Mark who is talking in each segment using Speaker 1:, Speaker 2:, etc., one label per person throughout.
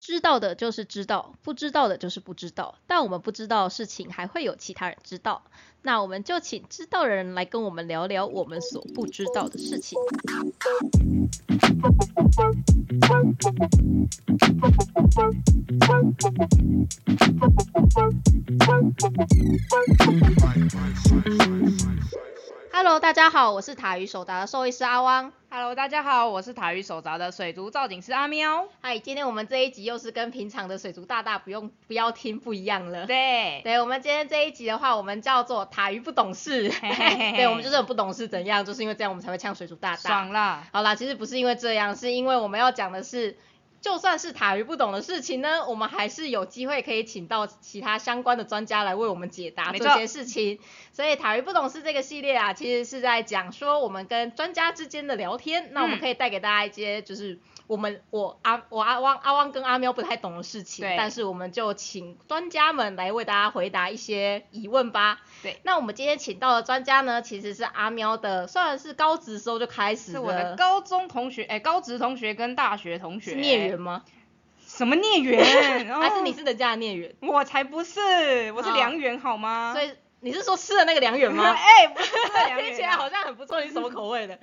Speaker 1: 知道的就是知道，不知道的就是不知道。但我们不知道的事情，还会有其他人知道。那我们就请知道的人来跟我们聊聊我们所不知道的事情。Hello，大家好，我是塔鱼手达的兽医师阿汪。
Speaker 2: Hello，大家好，我是塔鱼手札的水族造景师阿喵。
Speaker 1: 嗨，今天我们这一集又是跟平常的水族大大不用不要听不一样了。
Speaker 2: 对，
Speaker 1: 对，我们今天这一集的话，我们叫做塔鱼不懂事。
Speaker 2: 嘿嘿嘿
Speaker 1: 对，我们就是很不懂事，怎样？就是因为这样，我们才会呛水族大大。
Speaker 2: 爽啦！
Speaker 1: 好啦，其实不是因为这样，是因为我们要讲的是，就算是塔鱼不懂的事情呢，我们还是有机会可以请到其他相关的专家来为我们解答
Speaker 2: 没
Speaker 1: 这
Speaker 2: 错
Speaker 1: 些事情。所以塔鱼不懂事这个系列啊，其实是在讲说我们跟专家之间的聊天，那我们
Speaker 2: 嗯
Speaker 1: 可以带给大家一些就是。我们我阿我阿汪阿汪跟阿喵不太懂的事情，
Speaker 2: 对
Speaker 1: 但是我们就请专家们来为大家回答一些疑问吧。
Speaker 2: 对
Speaker 1: 那我们今天请到的专家呢，其实是阿喵的，算是高职时候就开始
Speaker 2: 是
Speaker 1: 了，
Speaker 2: 我的高中同学，哎、高职同学跟大学同学。
Speaker 1: 是孽缘？吗？
Speaker 2: 什么孽缘？ 哦
Speaker 1: 还是你？是人家的孽缘？
Speaker 2: 我才不是，我是
Speaker 1: 哦
Speaker 2: 良缘好吗？
Speaker 1: 所以你是说吃了那个良缘 吗？
Speaker 2: 哎、不是良缘啊。
Speaker 1: 听起来好像很不错，你是什么口 味的？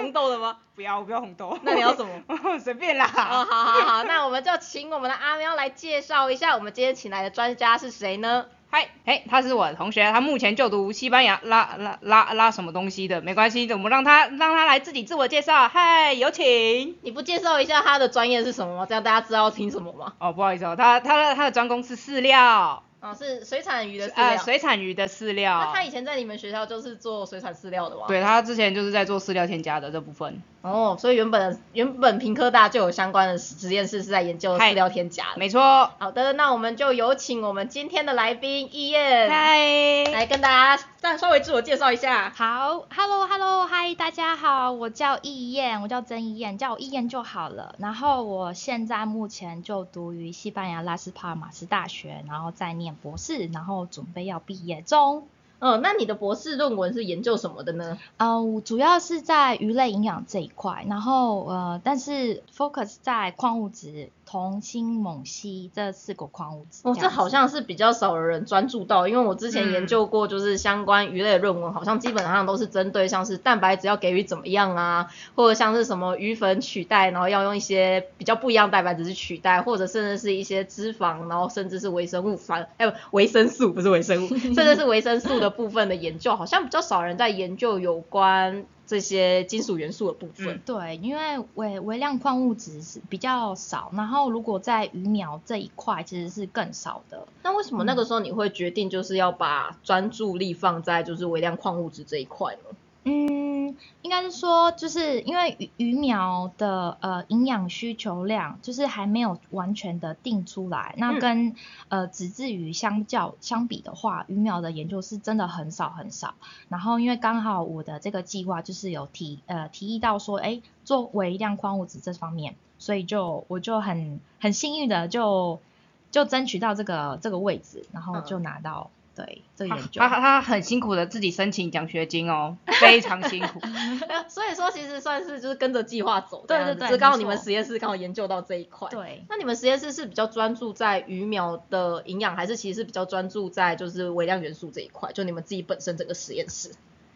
Speaker 1: 红豆的吗？
Speaker 2: 不要，我不要红豆。
Speaker 1: 那你要什 么？
Speaker 2: 随便啦。
Speaker 1: 哦，好好好，那我们就请我们的阿喵来介绍一下我们今天请来的专家是谁呢？
Speaker 2: 嗨，哎，他是我的同学，他目前就读西班牙拉拉拉拉什么东西的，没关系，我们让他让他来自己自我介绍。嗨，有请。
Speaker 1: 你不介绍一下他的专业是什么吗？这样大家知道要听什么吗？
Speaker 2: 哦，不好意思哦，他他的他的专攻是饲料，
Speaker 1: 哦，是水啊产鱼的饲料。
Speaker 2: 呃，水产鱼的饲
Speaker 1: 那啊
Speaker 2: 料
Speaker 1: 他。以前在你们学校就是做水产饲料的吗？。
Speaker 2: 对他之前就是在做饲料添加的这部分，
Speaker 1: 哦，所以原本原本平科大就有相关的实验室是在研究饲料添加的。
Speaker 2: 没错。
Speaker 1: 好的，那我们就有请我们今天的来宾易燕。
Speaker 2: 嗨，
Speaker 1: 来跟大家再稍微自我介绍一下。
Speaker 3: 好，Hello Hello，嗨，大家好，我叫易燕，我叫曾易燕，叫我易燕就好了。然后我现在目前就读于西班牙拉斯帕尔马斯大学，然后在念博士，然后准备要毕业中。
Speaker 1: 嗯，那你的博士论文是研究什么的呢？
Speaker 3: 呃，我主要是在鱼类营养这一块，然后呃，但是 focus 在矿物质铜、锌、锰、硒这四个矿物质。
Speaker 1: 哦，这
Speaker 3: 样子
Speaker 1: 好像是比较少有人专注到，因为我之前
Speaker 2: 嗯
Speaker 1: 研究过，就是相关鱼类的论文，好像基本上都是针对像是蛋白质要给予怎么样啊，或者像是什么鱼粉取代，然后要用一些比较不一样的蛋白质去取代，或者甚至是一些脂肪，然后甚至是维生物反，哎不，维生素不是维生物，甚至是维生素的部分的研究，好像比较少人在研究有关这些金属元素的部分。
Speaker 2: 嗯
Speaker 3: 对，因为微微量矿物质是比较少，然后如果在鱼苗这一块其实是更少的。
Speaker 1: 那为什么那个时候你会决定就是要把专注力放在就是微量矿物质这一块呢？
Speaker 3: 嗯，应该是说，就是因为鱼鱼苗的呃营养需求量，就是还没有完全的定出来。那
Speaker 1: 嗯
Speaker 3: 跟、呃纸质鱼相较相比的话，鱼苗的研究是真的很少很少。然后因为刚好我的这个计划就是有提呃提议到说，哎，做微量矿物质这方面，所以就我就很很幸运的就就争取到这个这个位置，然后
Speaker 1: 嗯
Speaker 3: 就拿到、对这个
Speaker 2: 他
Speaker 3: 研究。
Speaker 2: 啊他他很辛苦的自己申请奖学 金哦，非常辛苦。
Speaker 1: 所以说其实算是就是跟着计划走这
Speaker 3: 对
Speaker 1: 样子，
Speaker 3: 对对
Speaker 1: 只是刚好你
Speaker 3: 没错
Speaker 1: 们实验室刚好研究到这一块。。
Speaker 3: 对。
Speaker 1: 那你们实验室是比较专注在鱼苗的营养，还是其实是比较专注在就是微量元素这一块？就你们自己本身整个实验室。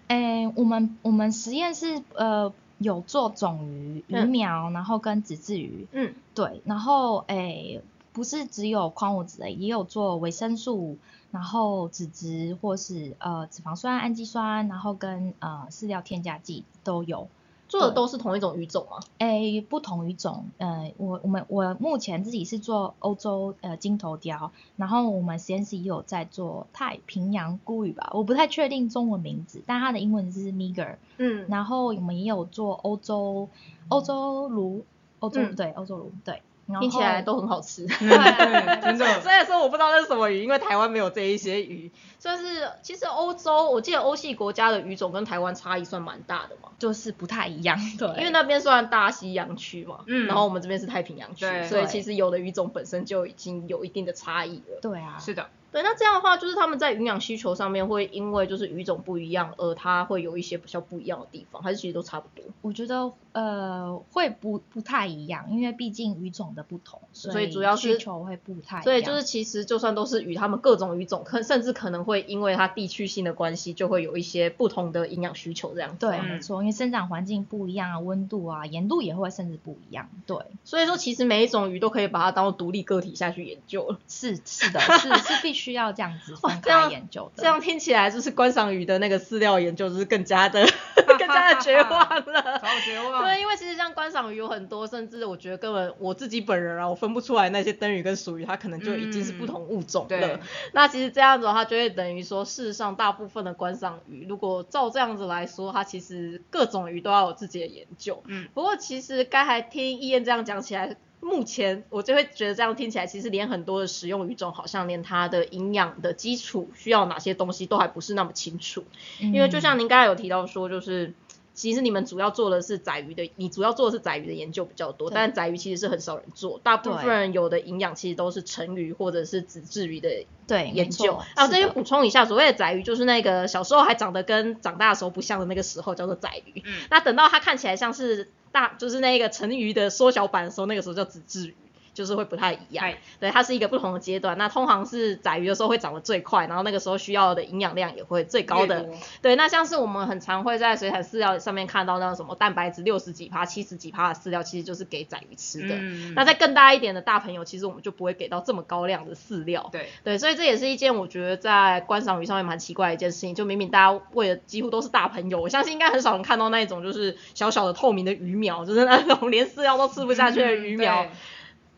Speaker 3: 诶，我们我们实验室呃有做种鱼、鱼
Speaker 1: 嗯
Speaker 3: 苗，然后跟纸质鱼，
Speaker 1: 嗯，
Speaker 3: 对，然后诶不是只有矿物质的，也有做维生素，然后脂质或是呃脂肪酸、氨基酸，然后跟呃饲料添加剂都有。
Speaker 1: 做的
Speaker 3: 对
Speaker 1: 都是同一种鱼种吗？
Speaker 3: 诶，不同鱼种，呃，我我们我目前自己是做欧洲呃金头雕，然后我们实验室也有在做太平洋孤鱼吧，我不太确定中文名字，但它的英文是 Niger。
Speaker 1: 嗯，
Speaker 3: 然后我们也有做欧洲欧洲炉，欧洲、
Speaker 1: 嗯
Speaker 3: 对欧洲炉对，然后
Speaker 1: 听起来都很好吃。
Speaker 2: 嗯 对真的。
Speaker 1: 虽然说我不知道那是什么鱼，因为台湾没有这一些鱼。算是其实欧洲，我记得欧系国家的鱼种跟台湾差异算蛮大的嘛，
Speaker 3: 就是不太一样，对，
Speaker 1: 因为那边算大西洋区嘛，
Speaker 2: 嗯
Speaker 1: 然后我们这边是太平洋区，
Speaker 2: 对
Speaker 1: 所以
Speaker 3: 对
Speaker 1: 其实有的鱼种本身就已经有一定的差异了。
Speaker 3: 对啊，
Speaker 2: 是的，
Speaker 1: 对，那这样的话，就是他们在营养需求上面会因为就是鱼种不一样，而它会有一些比较不一样的地方，还是其实都差不多，
Speaker 3: 我觉得呃会不不太一样，因为毕竟语种的不同，
Speaker 1: 所
Speaker 3: 所
Speaker 1: 以主要是
Speaker 3: 需求会不
Speaker 2: 啊
Speaker 3: 太一样。
Speaker 1: 所以就是其实就算都是鱼，它们各种鱼种，可甚至可能会因为它地区性的关系，就会有一些不同的营养需求这样子。
Speaker 3: 对，
Speaker 2: 嗯
Speaker 3: 没错，因为生长环境不一样啊，温度啊、盐度也会甚至不一样。 对，
Speaker 1: 所以说其实每一种鱼都可以把它当做独立个体下去研究了。
Speaker 3: 是是的，是是必须要这样 子分
Speaker 1: 这样
Speaker 3: 开研究的。
Speaker 1: 这样听起来就是观赏鱼的那个饲料研究就是更加的 更加的绝 望 了。
Speaker 2: 超绝望。
Speaker 1: 对，因为其实像观赏鱼有很多，甚至我觉得根本我自己本人啊，我分不出来那些灯鱼跟鼠鱼，它可能就已经是不同物种
Speaker 2: 嗯
Speaker 1: 了。
Speaker 2: 对
Speaker 1: 那其实这样子的话，就会等于说，事实上大部分的观赏鱼，如果照这样子来说，它其实各种鱼都要有自己的研究。
Speaker 2: 嗯，
Speaker 1: 不过其实刚才听易燕这样讲起来，目前我就会觉得这样听起来，其实连很多的食用鱼种，好像连它的营养的基础需要哪些东西都还不是那么清楚。因
Speaker 3: 嗯
Speaker 1: 为就像您刚才有提到说，就是其实你们主要做的是宰鱼的，你主要做的是宰鱼的研究比较多，
Speaker 3: 对
Speaker 1: 但宰鱼其实是很少人做，大部分
Speaker 3: 对
Speaker 1: 人有的营养其实都是成鱼或者是子质鱼的
Speaker 3: 对
Speaker 1: 研究。
Speaker 3: 啊，
Speaker 1: 啊，这边补充一下，所谓的宰鱼就是那个小时候还长得跟长大的时候不像的那个时候叫做宰鱼，
Speaker 2: 嗯
Speaker 1: 那等到它看起来像是大，就是那个成鱼的缩小版的时候，那个时候叫子质鱼。就是会不太一样
Speaker 2: 嗨，
Speaker 1: 对，它是一个不同的阶段。那通常是宰鱼的时候会长得最快，然后那个时候需要的营养量也会最高的，
Speaker 2: 越多
Speaker 1: 对，那像是我们很常会在水产饲料上面看到那种什么蛋白质六十几趴、七十几趴的饲料，其实就是给仔鱼吃的。
Speaker 2: 嗯
Speaker 1: 那在更大一点的大朋友，其实我们就不会给到这么高量的饲料。
Speaker 2: 对
Speaker 1: 对，所以这也是一件我觉得在观赏鱼上面蛮奇怪的一件事情，就明明大家喂的几乎都是大朋友，我相信应该很少人看到那一种就是小小的透明的鱼苗，就是那种连饲料都吃不下去的鱼苗。
Speaker 2: 嗯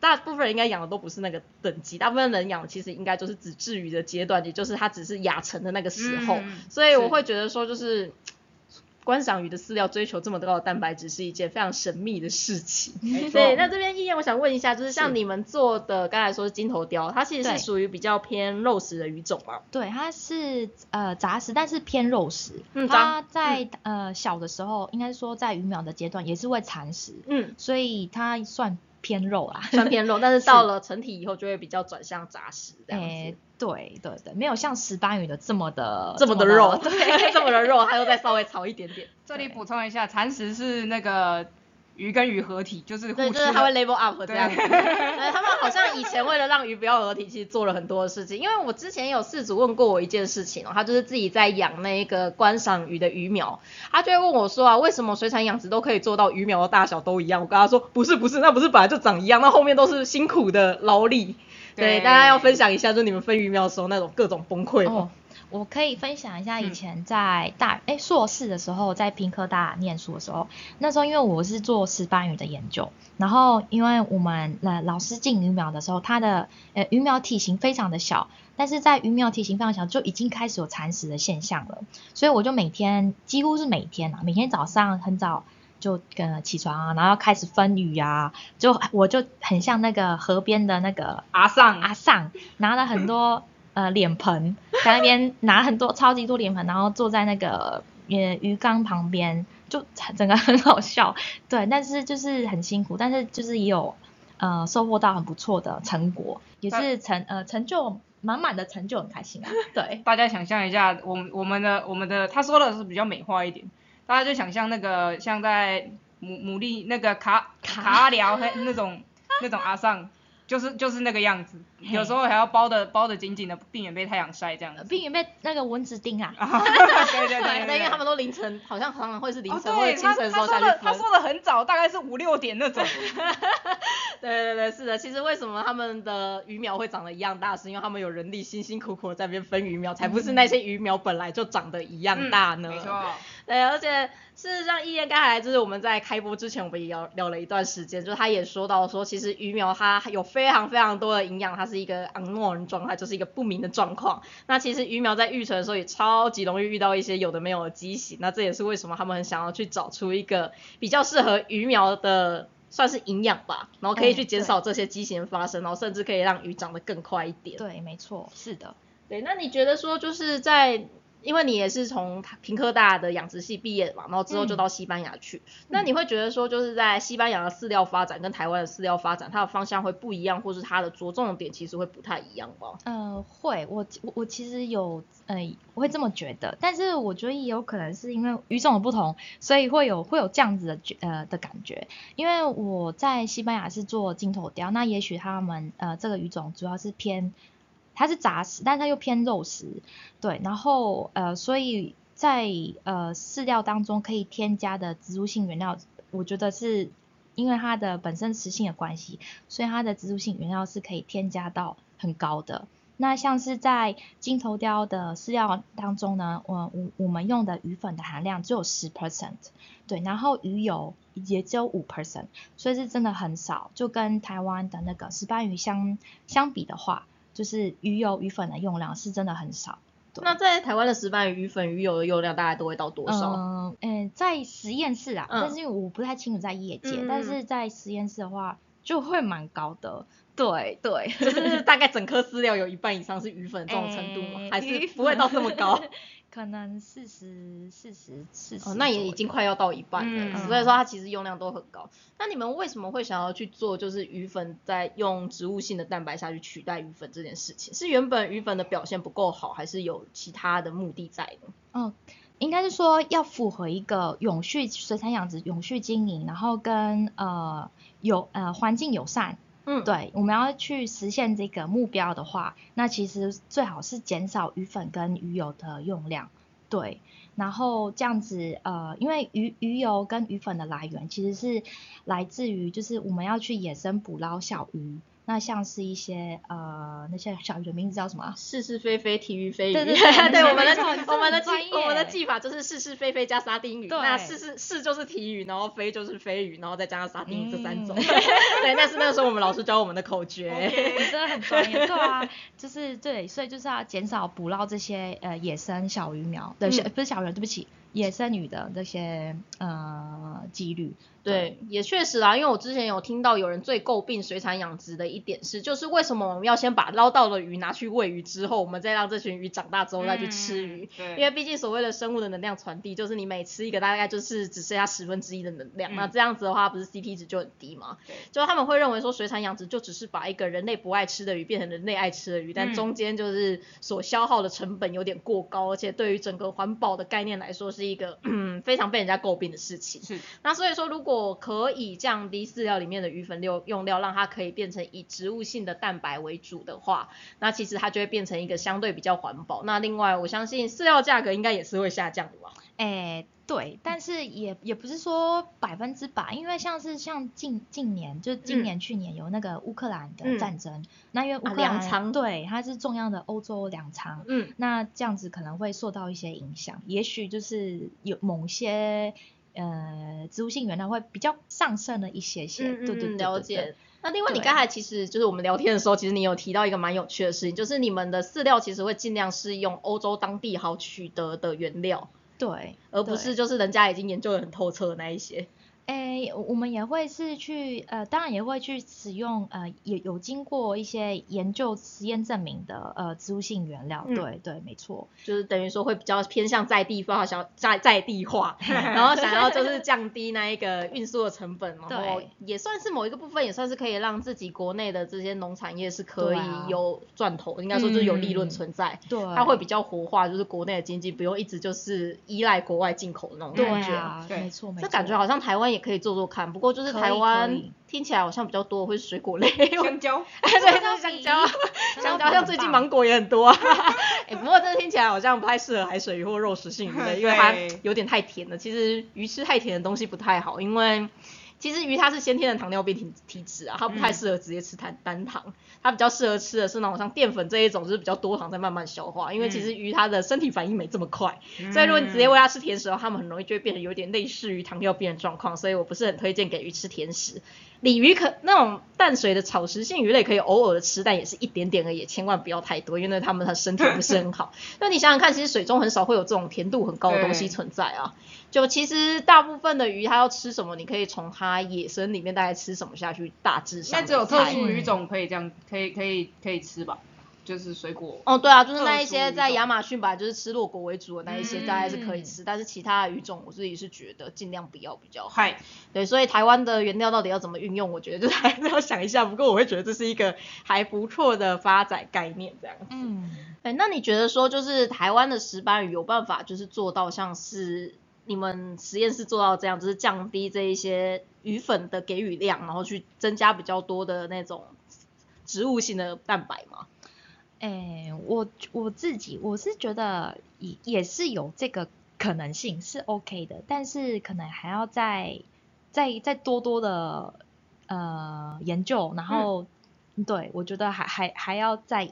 Speaker 1: 大部分人应该养的都不是那个等级，大部分人养的其实应该就是只至于的阶段，也就是它只是亚成的那个时候，
Speaker 2: 嗯
Speaker 1: 所以
Speaker 2: 是
Speaker 1: 我会觉得说就是。嘖观赏鱼的饲料追求这么高的蛋白质是一件非常神秘的事情。
Speaker 2: 对没错
Speaker 1: 对，那这边意见我想问一下，就是像
Speaker 3: 是
Speaker 1: 你们做的，刚才说是金头雕，它其实是
Speaker 3: 对
Speaker 1: 属于比较偏肉食的鱼种嘛？
Speaker 3: 对，它是呃杂食，但是偏肉食。
Speaker 1: 嗯杂
Speaker 3: 它在、呃小的时候，应该说在鱼苗的阶段也是会蚕食，
Speaker 1: 嗯，
Speaker 3: 所以它算偏肉啦。
Speaker 1: 算偏肉，但是到了成体以后就会比较转向杂食这 样子。
Speaker 3: 诶，对对对，没有像石斑鱼的这么的
Speaker 1: 这么的肉，
Speaker 3: 对，
Speaker 1: 对， 这么的肉，它又再稍微潮一点点，
Speaker 2: 这里补充一下，蚕食是那个鱼跟鱼合体，就是互
Speaker 1: 对，
Speaker 2: 吃
Speaker 1: 就是
Speaker 2: 的。
Speaker 1: 它会 label up 这
Speaker 2: 对
Speaker 1: 样子。 对，他们好像以前为了让鱼不要合体，其实做了很多的事情。因为我之前有事主问过我一件事情哦，他就是自己在养那个观赏鱼的鱼苗，他就会问我说啊，为什么水产养殖都可以做到鱼苗的大小都一样？我跟他说不是不是，那不是本来就长一样，那后面都是辛苦的劳力。对，
Speaker 2: 对
Speaker 1: 大家要分享一下，就是你们分鱼苗的时候那种各种崩溃哦。
Speaker 3: 哦，我可以分享一下以
Speaker 2: 嗯
Speaker 3: 前在大哎、硕士的时候，在平科大念书的时候，那时候因为我是做石斑鱼的研究，然后因为我们呃老师进鱼苗的时候，它的呃鱼苗体型非常的小，但是在鱼苗体型非常小就已经开始有蚕食的现象了，所以我就每天几乎是每天啊，每天早上很早。就呃起床啊，然后开始分鱼啊，就我就很像那个河边的那个
Speaker 2: 阿尚，
Speaker 3: 阿尚拿了很多呃脸盆，在那边拿很多超级多脸盆，然后坐在那个呃鱼缸旁边，就整个很好笑。 对，但是就是很辛苦，但是就是也有呃收获到很不错的成果，也是成呃成就满满的成就，很开心啊。对，
Speaker 2: 大家想象一下，我们我们的我们的他说的是比较美化一点，大家就想象那个像在牡牡蛎那个卡卡聊嘿那种 那种阿尚，就是就是那个样子，
Speaker 3: 嘿
Speaker 2: 有时候还要包的包的紧紧的，避免被太阳晒这样子。
Speaker 3: 并且被那个蚊子叮啊，
Speaker 2: 对对
Speaker 1: 对，
Speaker 2: 对对
Speaker 1: 那
Speaker 2: 对，
Speaker 1: 因为他们都凌晨，好像常常会是凌
Speaker 2: 哦
Speaker 1: 晨或者
Speaker 2: 对，
Speaker 1: 清
Speaker 2: 他
Speaker 1: 晨的时
Speaker 2: 他
Speaker 1: 候下
Speaker 2: 说
Speaker 1: 去
Speaker 2: 的
Speaker 1: 分
Speaker 2: 他说的很早，大概是五六点那种。
Speaker 1: 对对对，是的。其实为什么他们的鱼苗会长得一样大，是因为他们有人力辛辛苦苦地在那边分鱼苗，才不是那些鱼苗本来就长得一样大呢。
Speaker 2: 嗯没错。
Speaker 1: 对，而且事实上，一言刚才就是我们在开播之前，我们也聊聊了一段时间，就是他也说到说，其实鱼苗它有非常非常多的营养，它是一个 unknown 状态，就是一个不明的状况。那其实鱼苗在育成的时候也超级容易遇到一些有的没有的畸形，那这也是为什么他们很想要去找出一个比较适合鱼苗的。算是营养吧，然后可以
Speaker 3: 嗯
Speaker 1: 去减少这些畸形的发生，然后甚至可以让鱼长得更快一点。
Speaker 3: 对，没错，是的。
Speaker 1: 对，那你觉得说就是在因为你也是从平科大的养殖系毕业的嘛，然后之
Speaker 3: 嗯
Speaker 1: 后就到西班牙去，那你会觉得说，就是在西班牙的饲料发展跟台湾的饲料发展，它的方向会不一样，或是它的着重的点其实会不太一样吗？
Speaker 3: 呃，会，我我我其实有，呃，我会这么觉得，但是我觉得也有可能是因为语种的不同，所以会有会有这样子的觉呃的感觉。因为我在西班牙是做金头雕，那也许他们呃这个语种主要是偏，它是杂食，但它又偏肉食，对，然后呃所以在呃饲料当中可以添加的植物性原料，我觉得是。因为它的本身食性的关系，所以它的植物性原料是可以添加到很高的。那像是在金头雕的饲料当中呢，我我我们用的鱼粉的含量只有十 percent，对，然后鱼油也只有五 percent，所以是真的很少。就跟台湾的那个石斑鱼相相比的话，就是鱼油鱼粉的用量是真的很少。对
Speaker 1: 那在台湾的石斑鱼鱼粉鱼油的用量大概都会到多少？
Speaker 3: 嗯，呃在实验室啊，
Speaker 1: 嗯
Speaker 3: 但是因为我不太清楚在业界，但
Speaker 1: 嗯
Speaker 3: 是在实验室的话就会蛮高的。对对，
Speaker 1: 就是大概整颗饲料有一半以上是鱼粉这种程度吗？ 还
Speaker 3: 哎鱼
Speaker 1: 是
Speaker 3: 粉
Speaker 1: 不会到这么高？
Speaker 3: 可能四十、四十、四十，
Speaker 1: 哦，那也已经快要到一半了，
Speaker 2: 嗯
Speaker 1: 所以说它其实用量都很高。那你们为什么会想要去做就是鱼粉在用植物性的蛋白下去取代鱼粉这件事情？是原本鱼粉的表现不够好，还是有其他的目的在呢？
Speaker 3: 应该是说要符合一个永续水产养殖、永续经营，然后跟呃有呃环境友善，
Speaker 1: 嗯，
Speaker 3: 对，我们要去实现这个目标的话，那其实最好是减少鱼粉跟鱼油的用量。对，然后这样子，呃，因为鱼鱼油跟鱼粉的来源其实是来自于，就是我们要去野生捕捞小鱼，那像是一些呃那些小鱼的名字叫什么啊？
Speaker 1: 是是非非，体育非鱼。
Speaker 3: 对对对
Speaker 1: 对，我们
Speaker 3: 没错你
Speaker 1: 的
Speaker 3: 真的
Speaker 1: 我们的
Speaker 3: 很专
Speaker 1: 技
Speaker 3: 业
Speaker 1: 我们的技法就是是是非非加沙丁鱼。
Speaker 3: 对
Speaker 1: 那是是是就是体鱼，然后非就是飞鱼，然后再加上沙丁鱼这三种。
Speaker 3: 嗯
Speaker 1: 对，但是那个时候我们老师教我们的口 诀。
Speaker 3: 你真的很专业，对啊，就是对，所以就是要减少捕捞这些呃野生小鱼苗，对，小
Speaker 1: 嗯
Speaker 3: 不是小鱼，对不起，野生鱼的这些呃几率，
Speaker 1: 对，也确实啊啦，因为我之前有听到有人最诟病水产养殖的一点是，就是为什么我们要先把捞到的鱼拿去喂鱼之后，我们再让这群鱼长大之后再去吃鱼？
Speaker 2: 嗯
Speaker 1: 因为毕竟所谓的生物的能量传递，就是你每吃一个大概就是只剩下十分之一的能量，
Speaker 2: 嗯
Speaker 1: 那这样子的话不是 CP 值就很低嘛
Speaker 2: 对？
Speaker 1: 就他们会认为说水产养殖就只是把一个人类不爱吃的鱼变成人类爱吃的鱼，但
Speaker 2: 嗯
Speaker 1: 中间就是所消耗的成本有点过高，而且对于整个环保的概念来说是一个 嗯非常被人家诟病的事情。
Speaker 2: 是
Speaker 1: 那所以说，如果可以降低饲料里面的鱼粉用用量，让它可以变成以植物性的蛋白为主的话，那其实它就会变成一个相对比较环保。那另外，我相信饲料价格应该也是会下降的吧？
Speaker 3: 诶，对，但是也也不是说百分之百，因为像是像近近年，就
Speaker 1: 嗯
Speaker 3: 今年、去年有那个乌克兰
Speaker 1: 嗯
Speaker 3: 的战争，那因为乌
Speaker 1: 啊
Speaker 3: 克
Speaker 1: 粮
Speaker 3: 兰、
Speaker 1: 仓
Speaker 3: 对它是重要的欧洲粮仓，
Speaker 1: 嗯，
Speaker 3: 那这样子可能会受到一些影响，也许就是有某些呃植物性原料会比较上升了一些些，对对对对对，
Speaker 1: 嗯了解。那另外，你
Speaker 3: 对
Speaker 1: 刚才其实就是我们聊天的时候，其实你有提到一个蛮有趣的事情，就是你们的饲料其实会尽量是用欧洲当地好取得的原料，
Speaker 3: 对。
Speaker 1: 而不是就是人家已经研究的很透彻的那一些。
Speaker 3: 诶，我我们也会是去呃，当然也会去使用呃，也有经过一些研究实验证明的呃植物性原料，
Speaker 1: 嗯
Speaker 3: 对对，没错。
Speaker 1: 就是等于说会比较偏向在地化，想要在在地化， 然后想要就是降低那一个运输的成本，然后
Speaker 3: 对
Speaker 1: 也算是某一个部分，也算是可以让自己国内的这些农产业是可
Speaker 3: 对
Speaker 1: 以
Speaker 3: 啊嗯
Speaker 1: 有赚头，应该说就是有利润存在。
Speaker 3: 对，
Speaker 1: 它会比较活化，就是国内的经济不用一直就是依赖国外进口的那种
Speaker 3: 对
Speaker 1: 感觉。
Speaker 3: 啊，
Speaker 2: 对
Speaker 3: 没错没错。
Speaker 1: 这感觉好像台湾也可以做做看，不过就是
Speaker 3: 可以
Speaker 1: 台
Speaker 3: 可
Speaker 1: 湾
Speaker 3: 以
Speaker 1: 听起来好像比较多会是水果类，
Speaker 2: 香蕉，
Speaker 1: 对，就是香蕉， 香蕉，像最近芒果也很多啊。 哎、不过这听起来好像不太适合海水鱼或肉食性鱼 类，因为它
Speaker 2: 对
Speaker 1: 有点太甜了。其实鱼吃太甜的东西不太好，因为其实鱼它是先天的糖尿病体体质啊，它不太适合直接吃单单糖，它比较适合吃的是那种像淀粉这一种，就是比较多糖再慢慢消化。因为其实鱼它的身体反应没这么快，所以如果你直接喂它吃甜食的话，它们很容易就会变得有点类似于糖尿病的状况，所以我不是很推荐给鱼吃甜食。鲤鱼可那种淡水的草食性鱼类可以偶尔的吃，但也是一点点而已，千万不要太多，因为它们的身体不是很 好。那你想想看，其实水中很少会有这种甜度很高的东西
Speaker 2: 对
Speaker 1: 存在啊。就其实大部分的鱼，它要吃什么，你可以从它野生里面大概吃什么下去，大致
Speaker 2: 应
Speaker 1: 上
Speaker 2: 该
Speaker 1: 的
Speaker 2: 只有特
Speaker 1: 菜
Speaker 2: 殊语种可以这样，可以可以可以吃吧？就是水果。
Speaker 1: 哦，对啊，就是
Speaker 2: 特
Speaker 1: 那一
Speaker 2: 殊
Speaker 1: 些
Speaker 2: 鱼
Speaker 1: 在
Speaker 2: 种
Speaker 1: 亚马逊吧，就是吃落果为主的那一些，大概是可以
Speaker 3: 嗯
Speaker 1: 吃，但是其他的鱼种，我自己是觉得尽量不要比较好。
Speaker 2: 嗨，
Speaker 1: 对，所以台湾的原料到底要怎么运用，我觉得就是还是要想一下。不过我会觉得这是一个还不错的发展概念，这样子。
Speaker 3: 嗯，
Speaker 1: 哎，那你觉得说就是台湾的石斑鱼有办法就是做到像是你们实验室做到这样，就是降低这一些鱼粉的给予量，然后去增加比较多的那种植物性的蛋白吗？
Speaker 3: 诶、我我自己我是觉得也也是有这个可能性是 OK 的，但是可能还要再再再多多的呃研究，
Speaker 1: 嗯
Speaker 3: 然后、嗯对我觉得还还还要再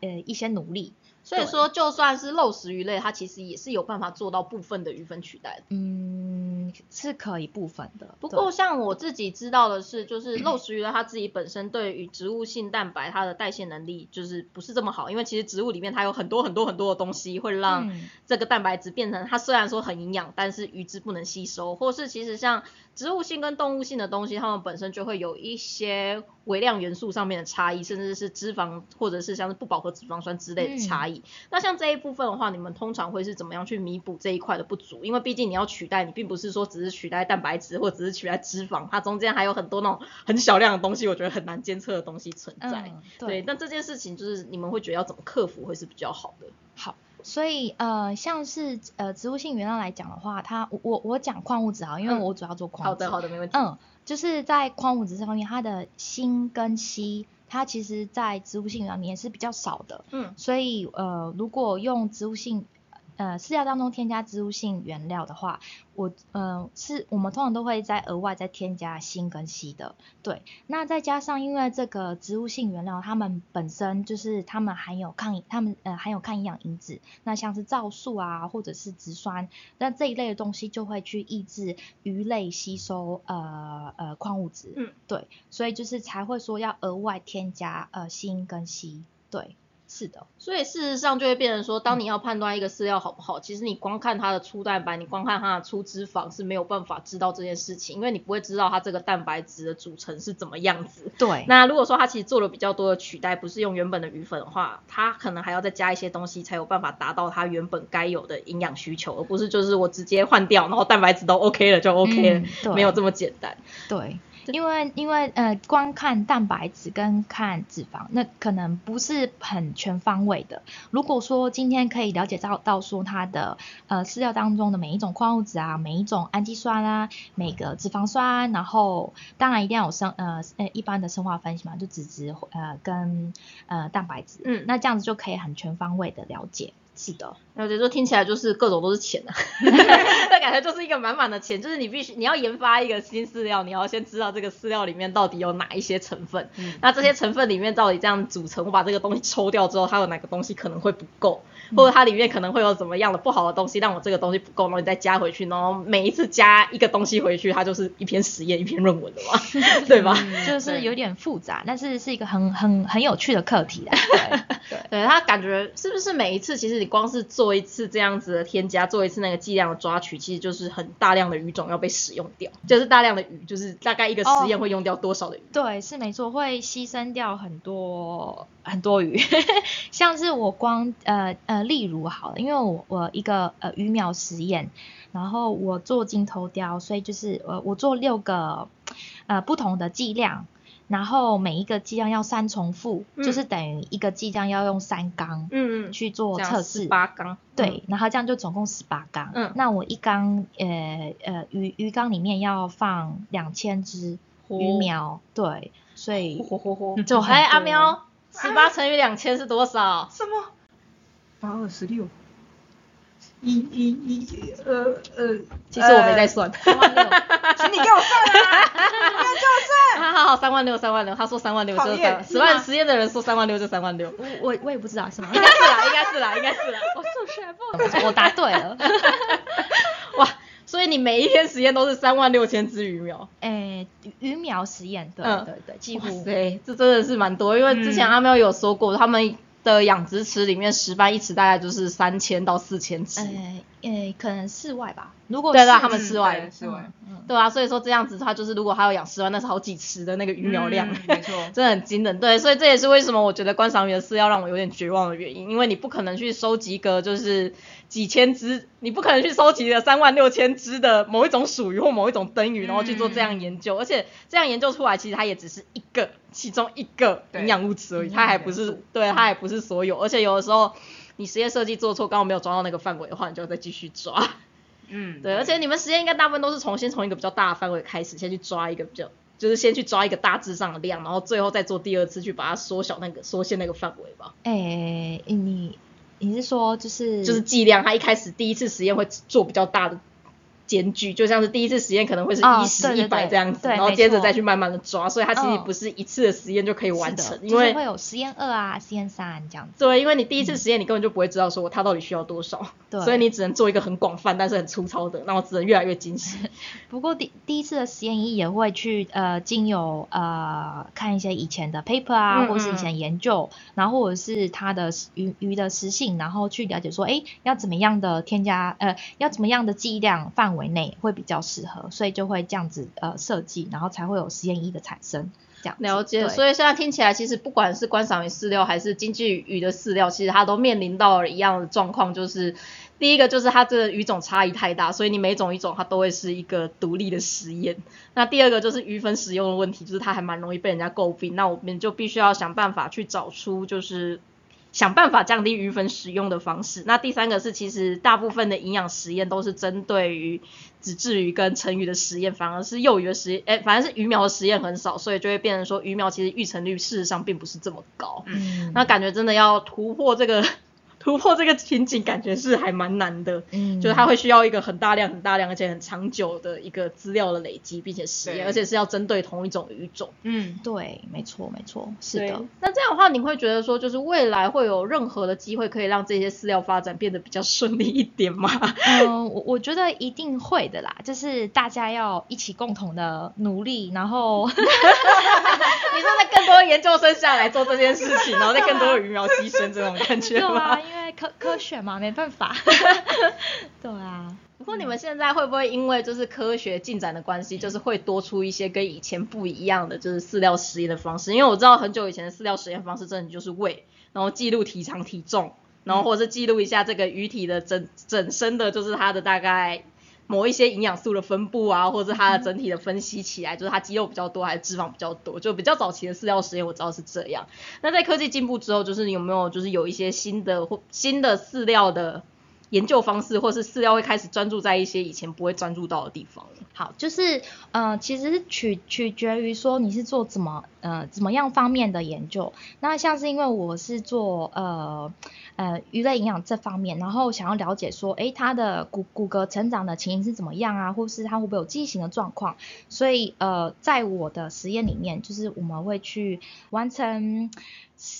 Speaker 3: 呃一些努力，
Speaker 1: 所以
Speaker 3: 对
Speaker 1: 说，就算是肉食鱼类，它其实也是有办法做到部分的鱼粉取代的。
Speaker 3: 嗯，是可以部分的，
Speaker 1: 不
Speaker 3: 对
Speaker 1: 过像我自己知道的是，就是肉食鱼类它自己本身对于植物性蛋白它的代谢能力就是不是这么好，因为其实植物里面它有很多很多很多的东西会让
Speaker 3: 嗯
Speaker 1: 这个蛋白质变成它虽然说很营养，但是鱼只不能吸收，或是其实像植物性跟动物性的东西，它们本身就会有一些微量元素上面的差异，甚至是脂肪或者是像是不饱和脂肪酸之类的差异。那像这一部分的话，你们通常会是怎么样去弥补这一块的不足？因为毕竟你要取代，你并不是说只是取代蛋白质或只是取代脂肪，它中间还有很多那种很小量的东西，我觉得很难监测的东西存在。
Speaker 3: 嗯
Speaker 1: 对，那这件事情就是你们会觉得要怎么克服会是比较好的？
Speaker 3: 好，所以呃，像是呃植物性原料来讲的话，它我我我讲矿物质啊，因为
Speaker 1: 嗯
Speaker 3: 我主要做矿物
Speaker 1: 好
Speaker 3: 质。
Speaker 1: 的，好的，没问题。
Speaker 3: 嗯，就是在矿物质这方面，它的锌跟硒，它其实在植物性原料里面是比较少的，
Speaker 1: 嗯
Speaker 3: 所以呃，如果用植物性呃饲料当中添加植物性原料的话，我呃是我们通常都会再额外再添加锌跟硒的，对。那再加上因为这个植物性原料，它们本身就是它们含有抗它们呃含有抗营养因子，那像是皂素啊或者是植酸，那这一类的东西就会去抑制鱼类吸收呃呃矿物质，
Speaker 1: 嗯，
Speaker 3: 对，所以就是才会说要额外添加呃锌跟硒，对，是的。
Speaker 1: 所以事实上就会变成说，当你要判断一个饲料好不好，其实你光看它的粗蛋白，你光看它的粗脂肪是没有办法知道这件事情，因为你不会知道它这个蛋白质的组成是怎么样子。
Speaker 3: 对，
Speaker 1: 那如果说它其实做了比较多的取代，不是用原本的鱼粉的话，它可能还要再加一些东西才有办法达到它原本该有的营养需求，而不是就是我直接换掉，然后蛋白质都 OK 了就 OK 了，
Speaker 3: 嗯对
Speaker 1: 没有这么简单。
Speaker 3: 对，因为因为呃，光看蛋白质跟看脂肪，那可能不是很全方位的。如果说今天可以了解到到说它的呃饲料当中的每一种矿物质啊，每一种氨基酸啊，每个脂肪酸，然后当然一定要有生呃呃一般的生化分析嘛，就脂质呃跟呃蛋白质，
Speaker 1: 嗯
Speaker 3: 那这样子就可以很全方位的了解。是的，
Speaker 1: 然后就说听起来就是各种都是钱啊，那感觉就是一个满满的钱，就是你必须你要研发一个新饲料，你要先知道这个饲料里面到底有哪一些成分，
Speaker 2: 嗯
Speaker 1: 那这些成分里面到底这样组成，我把这个东西抽掉之后，它有哪个东西可能会不够，或者它里面可能会有怎么样的不好的东西，让我这个东西不够，然后你再加回去，然后每一次加一个东西回去，它就是一篇实验一篇论文的嘛，嗯对吧？
Speaker 3: 就是有点复杂，但是是一个很很很有趣的课题啦。对对，
Speaker 1: 对他感觉是不是每一次，其实你光是做一次这样子的添加，做一次那个剂量的抓取，其实就是很大量的鱼种要被使用掉，就是大量的鱼，就是大概一个实验会用掉多少的鱼？
Speaker 3: 对，是没错，会牺牲掉很多很多鱼， 像是我光呃呃，例如好了，因为我我一个呃鱼苗实验，然后我做金头雕，所以就是呃我做六个呃不同的剂量，然后每一个剂量要三重复，就是等于一个剂量要用三缸
Speaker 1: 嗯嗯，
Speaker 3: 去做
Speaker 1: 这样
Speaker 3: 测试，
Speaker 1: 八缸，
Speaker 3: 对，然后这样就总共十八缸。
Speaker 1: 嗯
Speaker 3: 那我一缸呃呃鱼鱼缸里面要放两千只鱼
Speaker 1: 哦
Speaker 3: 苗，对，所以
Speaker 2: 嚯嚯嚯！
Speaker 3: 就很
Speaker 1: 哎，阿
Speaker 3: 多
Speaker 1: 喵，十八乘以两千是多少？
Speaker 2: 什么？八二十六。一一一呃呃，
Speaker 1: 其实我没在算。
Speaker 3: 三万六
Speaker 2: 请你给我算
Speaker 1: 好
Speaker 2: 啊！
Speaker 1: 好好，三万六，三万六，他说三万六
Speaker 2: 讨
Speaker 1: 就
Speaker 2: 厌
Speaker 1: 三，
Speaker 2: 是
Speaker 1: 十万
Speaker 2: 吗
Speaker 1: 实验的人说三万六就三万六，应
Speaker 3: 我我我也不知道什么，
Speaker 1: 该是
Speaker 2: 啊
Speaker 1: 啦，应该是啦，应该是啦。我数学不好。
Speaker 3: 我答对 了。
Speaker 1: 哇， 所以你每一天实验都是三万六千只鱼苗。
Speaker 3: 诶、呃鱼苗实验，对、
Speaker 1: 嗯
Speaker 3: 对对，几
Speaker 1: 哇
Speaker 3: 乎
Speaker 1: 塞，这真的是蛮多，因为之前
Speaker 2: 嗯
Speaker 1: 阿喵有说过，他们的养殖池里面，石斑一池大概就是三千到四千只。
Speaker 3: 呃呃，可能室外吧。如果
Speaker 1: 对
Speaker 3: 是
Speaker 1: 啦他们
Speaker 3: 嗯
Speaker 1: 室外
Speaker 2: 对室外
Speaker 3: 嗯
Speaker 1: 对啊，所以说这样子，它就是如果还有养十万，那是好几池的那个鱼苗量，
Speaker 2: 嗯没错
Speaker 1: 真的很惊人。对，所以这也是为什么我觉得观赏鱼的饲料让我有点绝望的原因，因为你不可能去收集个就是几千只，你不可能去收集个三万六千只的某一种属鱼或某一种灯鱼，然后去做这样
Speaker 2: 嗯
Speaker 1: 研究，而且这样研究出来，其实它也只是一个其中一个
Speaker 2: 对
Speaker 1: 营养物质而已，它还不是对，它还不是所有，而且有的时候。你实验设计做错，刚好没有抓到那个范围的话，你就要再继续抓。
Speaker 2: 嗯，
Speaker 1: 对，而且你们实验应该大部分都是从先从一个比较大的范围开始，先去抓一个比较，就是先去抓一个大致上的量，然后最后再做第二次去把它缩小那个缩限那个范围吧。
Speaker 3: 哎，你你是说就是
Speaker 1: 就是剂量，它一开始第一次实验会做比较大的间距，就像是第一次实验可能会是
Speaker 3: 哦
Speaker 1: 一十
Speaker 3: 对
Speaker 1: 一
Speaker 3: 对
Speaker 1: 百
Speaker 3: 对
Speaker 1: 这样子，
Speaker 3: 对
Speaker 1: 然后
Speaker 3: 没
Speaker 1: 接着
Speaker 3: 错
Speaker 1: 再去慢慢的抓，所以它其实
Speaker 3: 嗯
Speaker 1: 不是一次的实验就可以完
Speaker 3: 是
Speaker 1: 成
Speaker 3: 的，
Speaker 1: 因
Speaker 3: 就是
Speaker 1: 为
Speaker 3: 会有实验二啊、实验三这样子。
Speaker 1: 对，因为你第一次实验，你根本就不会知道说它到底需要多少，
Speaker 3: 对
Speaker 1: 所以你只能做一个很广泛但是很粗糙的，然后只能越来越精细。
Speaker 3: 不过第第一次的实验一也会去呃经由呃看一些以前的 paper 啊，
Speaker 1: 嗯
Speaker 3: 或是
Speaker 1: 嗯
Speaker 3: 以前研究，然后或者是它的食鱼鱼的食性，然后去了解说，哎，要怎么样的添加呃，要怎么样的剂量范围内会比较适合，所以就会这样子呃设计，然后才会有实验一的产生。这样子
Speaker 1: 了解，
Speaker 3: 对
Speaker 1: 所以现在听起来，其实不管是观赏鱼饲料还是经济鱼的饲料，其实它都面临到了一样的状况，就是第一个就是它这个鱼种差异太大，所以你每种一种它都会是一个独立的实验。 那第二个就是鱼粉使用的问题，就是它还蛮容易被人家诟病，那我们就必须要想办法去找出就是。想办法降低鱼粉使用的方式。那第三个是，其实大部分的营养实验都是针对于只至于跟成鱼的实验，反而是幼鱼的实验，哎、反而是鱼苗的实验很少，所以就会变成说鱼苗其实育成率事实上并不是这么高。
Speaker 3: 嗯
Speaker 1: 那感觉真的要突破这个 突破这个瓶颈，感觉是还蛮难的。
Speaker 3: 嗯
Speaker 1: 就是它会需要一个很大量、很大量，而且很长久的一个资料的累积，并且实验，
Speaker 2: 对
Speaker 1: 而且是要针对同一种语种。
Speaker 2: 嗯，
Speaker 3: 对，没错没错，是
Speaker 1: 对
Speaker 3: 的。。
Speaker 1: 那这样的话，你会觉得说，就是未来会有任何的机会可以让这些饲料发展变得比较顺利一点吗？
Speaker 3: 嗯，我我觉得一定会的啦，就是大家要一起共同的努力，然后
Speaker 1: 你说在更多的研究生下来做这件事情，然后再更多的鱼苗牺牲这种感觉
Speaker 3: 对啊，
Speaker 1: 吗？
Speaker 3: 因为科科学嘛，没 办法。对啊，
Speaker 1: 不过你们现在会不会因为就是科学进展的关系，就是会多出一些跟以前不一样的就是饲料实验的方式？因为我知道很久以前的饲料实验方式真的就是喂，然后记录体长体重，然后或者是记录一下这个鱼体的整整身的，就是它的大概。某一些营养素的分布啊，或者是它的整体的分析起来，就是它肌肉比较多还是脂肪比较多，就比较早期的饲料实验我知道是这样。那在科技进步之后，就是有没有就是有一些新的或新的饲料的研究方式，或是饲料会开始专注在一些以前不会专注到的地方了。
Speaker 3: 好，就是呃，其实是取取决于说你是做怎么呃怎么样方面的研究。那像是因为我是做呃呃鱼类营养这方面，然后想要了解说，诶，它的骨骨骼成长的情形是怎么样啊，或是它会不会有畸形的状况。所以呃，在我的实验里面，就是我们会去完成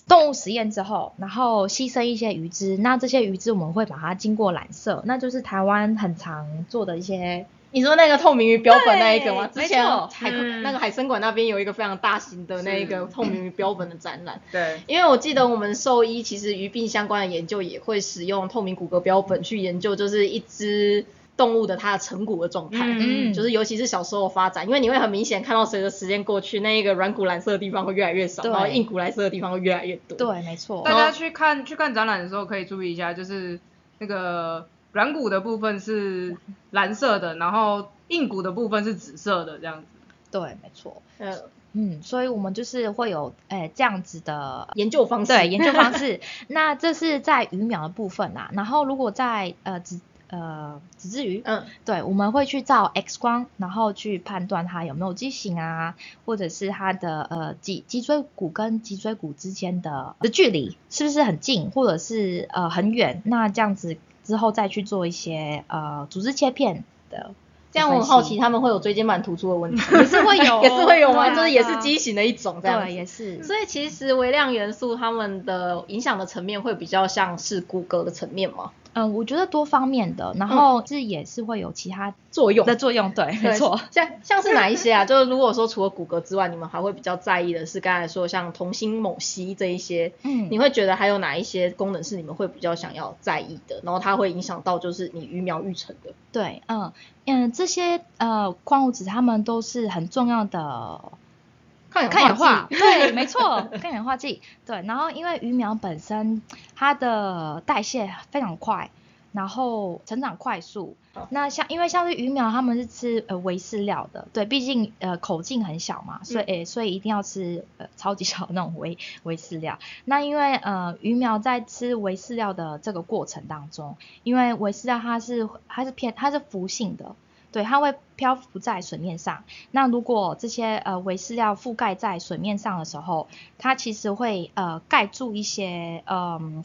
Speaker 3: 动物实验之后，然后牺牲一些鱼汁，那这些鱼汁我们会把它经过染色，那就是台湾很常做的一些。
Speaker 1: 你说那个透明鱼标本那一个吗？
Speaker 3: 对
Speaker 1: 之前
Speaker 3: 没错
Speaker 1: 海、
Speaker 2: 嗯
Speaker 1: 那个海参馆那边有一个非常大型的那个透明鱼标本的展览，
Speaker 2: 对，
Speaker 1: 因为我记得我们兽医其实鱼病相关的研究也会使用透明骨骼标本去研究，就是一只动物的它的成骨的状态。
Speaker 3: 嗯
Speaker 1: 就是尤其是小时候的发展，因为你会很明显看到，随着时间过去，那一个软骨蓝色的地方会越来越少，
Speaker 3: 对
Speaker 1: 然后硬骨蓝色的地方会越来越多。
Speaker 3: 对，没错。
Speaker 2: 大家去看去看展览的时候可以注意一下，就是那个软骨的部分是蓝色的，然后硬骨的部分是紫色的，这样子。
Speaker 3: 对，没错。
Speaker 1: 呃，
Speaker 3: 嗯，所以我们就是会有诶、这样子的
Speaker 1: 研究方式。
Speaker 3: 对研究方式。那这是在鱼苗的部分啦，然后如果在呃子呃子质鱼，
Speaker 1: 嗯，
Speaker 3: 对，我们会去照 X 光，然后去判断它有没有畸形啊，或者是它的呃脊脊椎骨跟脊椎骨之间的的距离是不是很近，或者是呃很远。那这样子之后再去做一些呃组织切片的。
Speaker 1: 这样我很
Speaker 3: 分析
Speaker 1: 好奇，他们会有椎间盘突出的问 题，也是会有 也是会有吗？
Speaker 3: 对啊
Speaker 1: 就是也是畸形的一种这样
Speaker 3: 对，
Speaker 1: 子。
Speaker 3: 也是，
Speaker 1: 所以其实微量元素它们的影响的层面会比较像是骨骼的层面嘛。
Speaker 3: 嗯，我觉得多方面的，然后是也是会有其他
Speaker 1: 嗯作用
Speaker 3: 的作用，对， 没
Speaker 1: 对
Speaker 3: 错。
Speaker 1: 像像是哪一些啊？ 就是如果说除了骨骼之外，你们还会比较在意的是刚才说像同心某烯这一些，
Speaker 3: 嗯
Speaker 1: 你会觉得还有哪一些功能是你们会比较想要在意的？然后它会影响到就是你育苗育成的。
Speaker 3: 对，嗯嗯，这些呃矿物质它们都是很重要的
Speaker 1: 抗氧
Speaker 3: 抗 氧化，
Speaker 1: 剂
Speaker 3: 对，没错，抗氧化剂，对。然后因为鱼苗本身它的代谢非常快，然后成长快速
Speaker 1: 好。
Speaker 3: 那像因为像是鱼苗，他们是吃呃微饲料的，对，毕竟呃口径很小嘛，所以、诶所以一定要吃呃超级小的那种微微饲料。那因为呃鱼苗在吃微饲料的这个过程当中，因为微饲料它是它是偏它是浮性的，对，它会漂浮在水面上。那如果这些呃微饲料覆盖在水面上的时候，它其实会呃盖住一些嗯、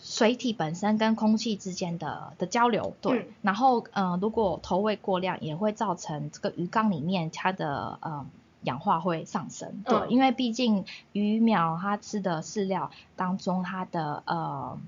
Speaker 3: 水体本身跟空气之间的的交流，对。
Speaker 1: 嗯
Speaker 3: 然后呃如果投喂过量，也会造成这个鱼缸里面它的呃氧化会上升，对，
Speaker 1: 嗯
Speaker 3: 因为毕竟鱼苗它吃的饲料当中，它的呃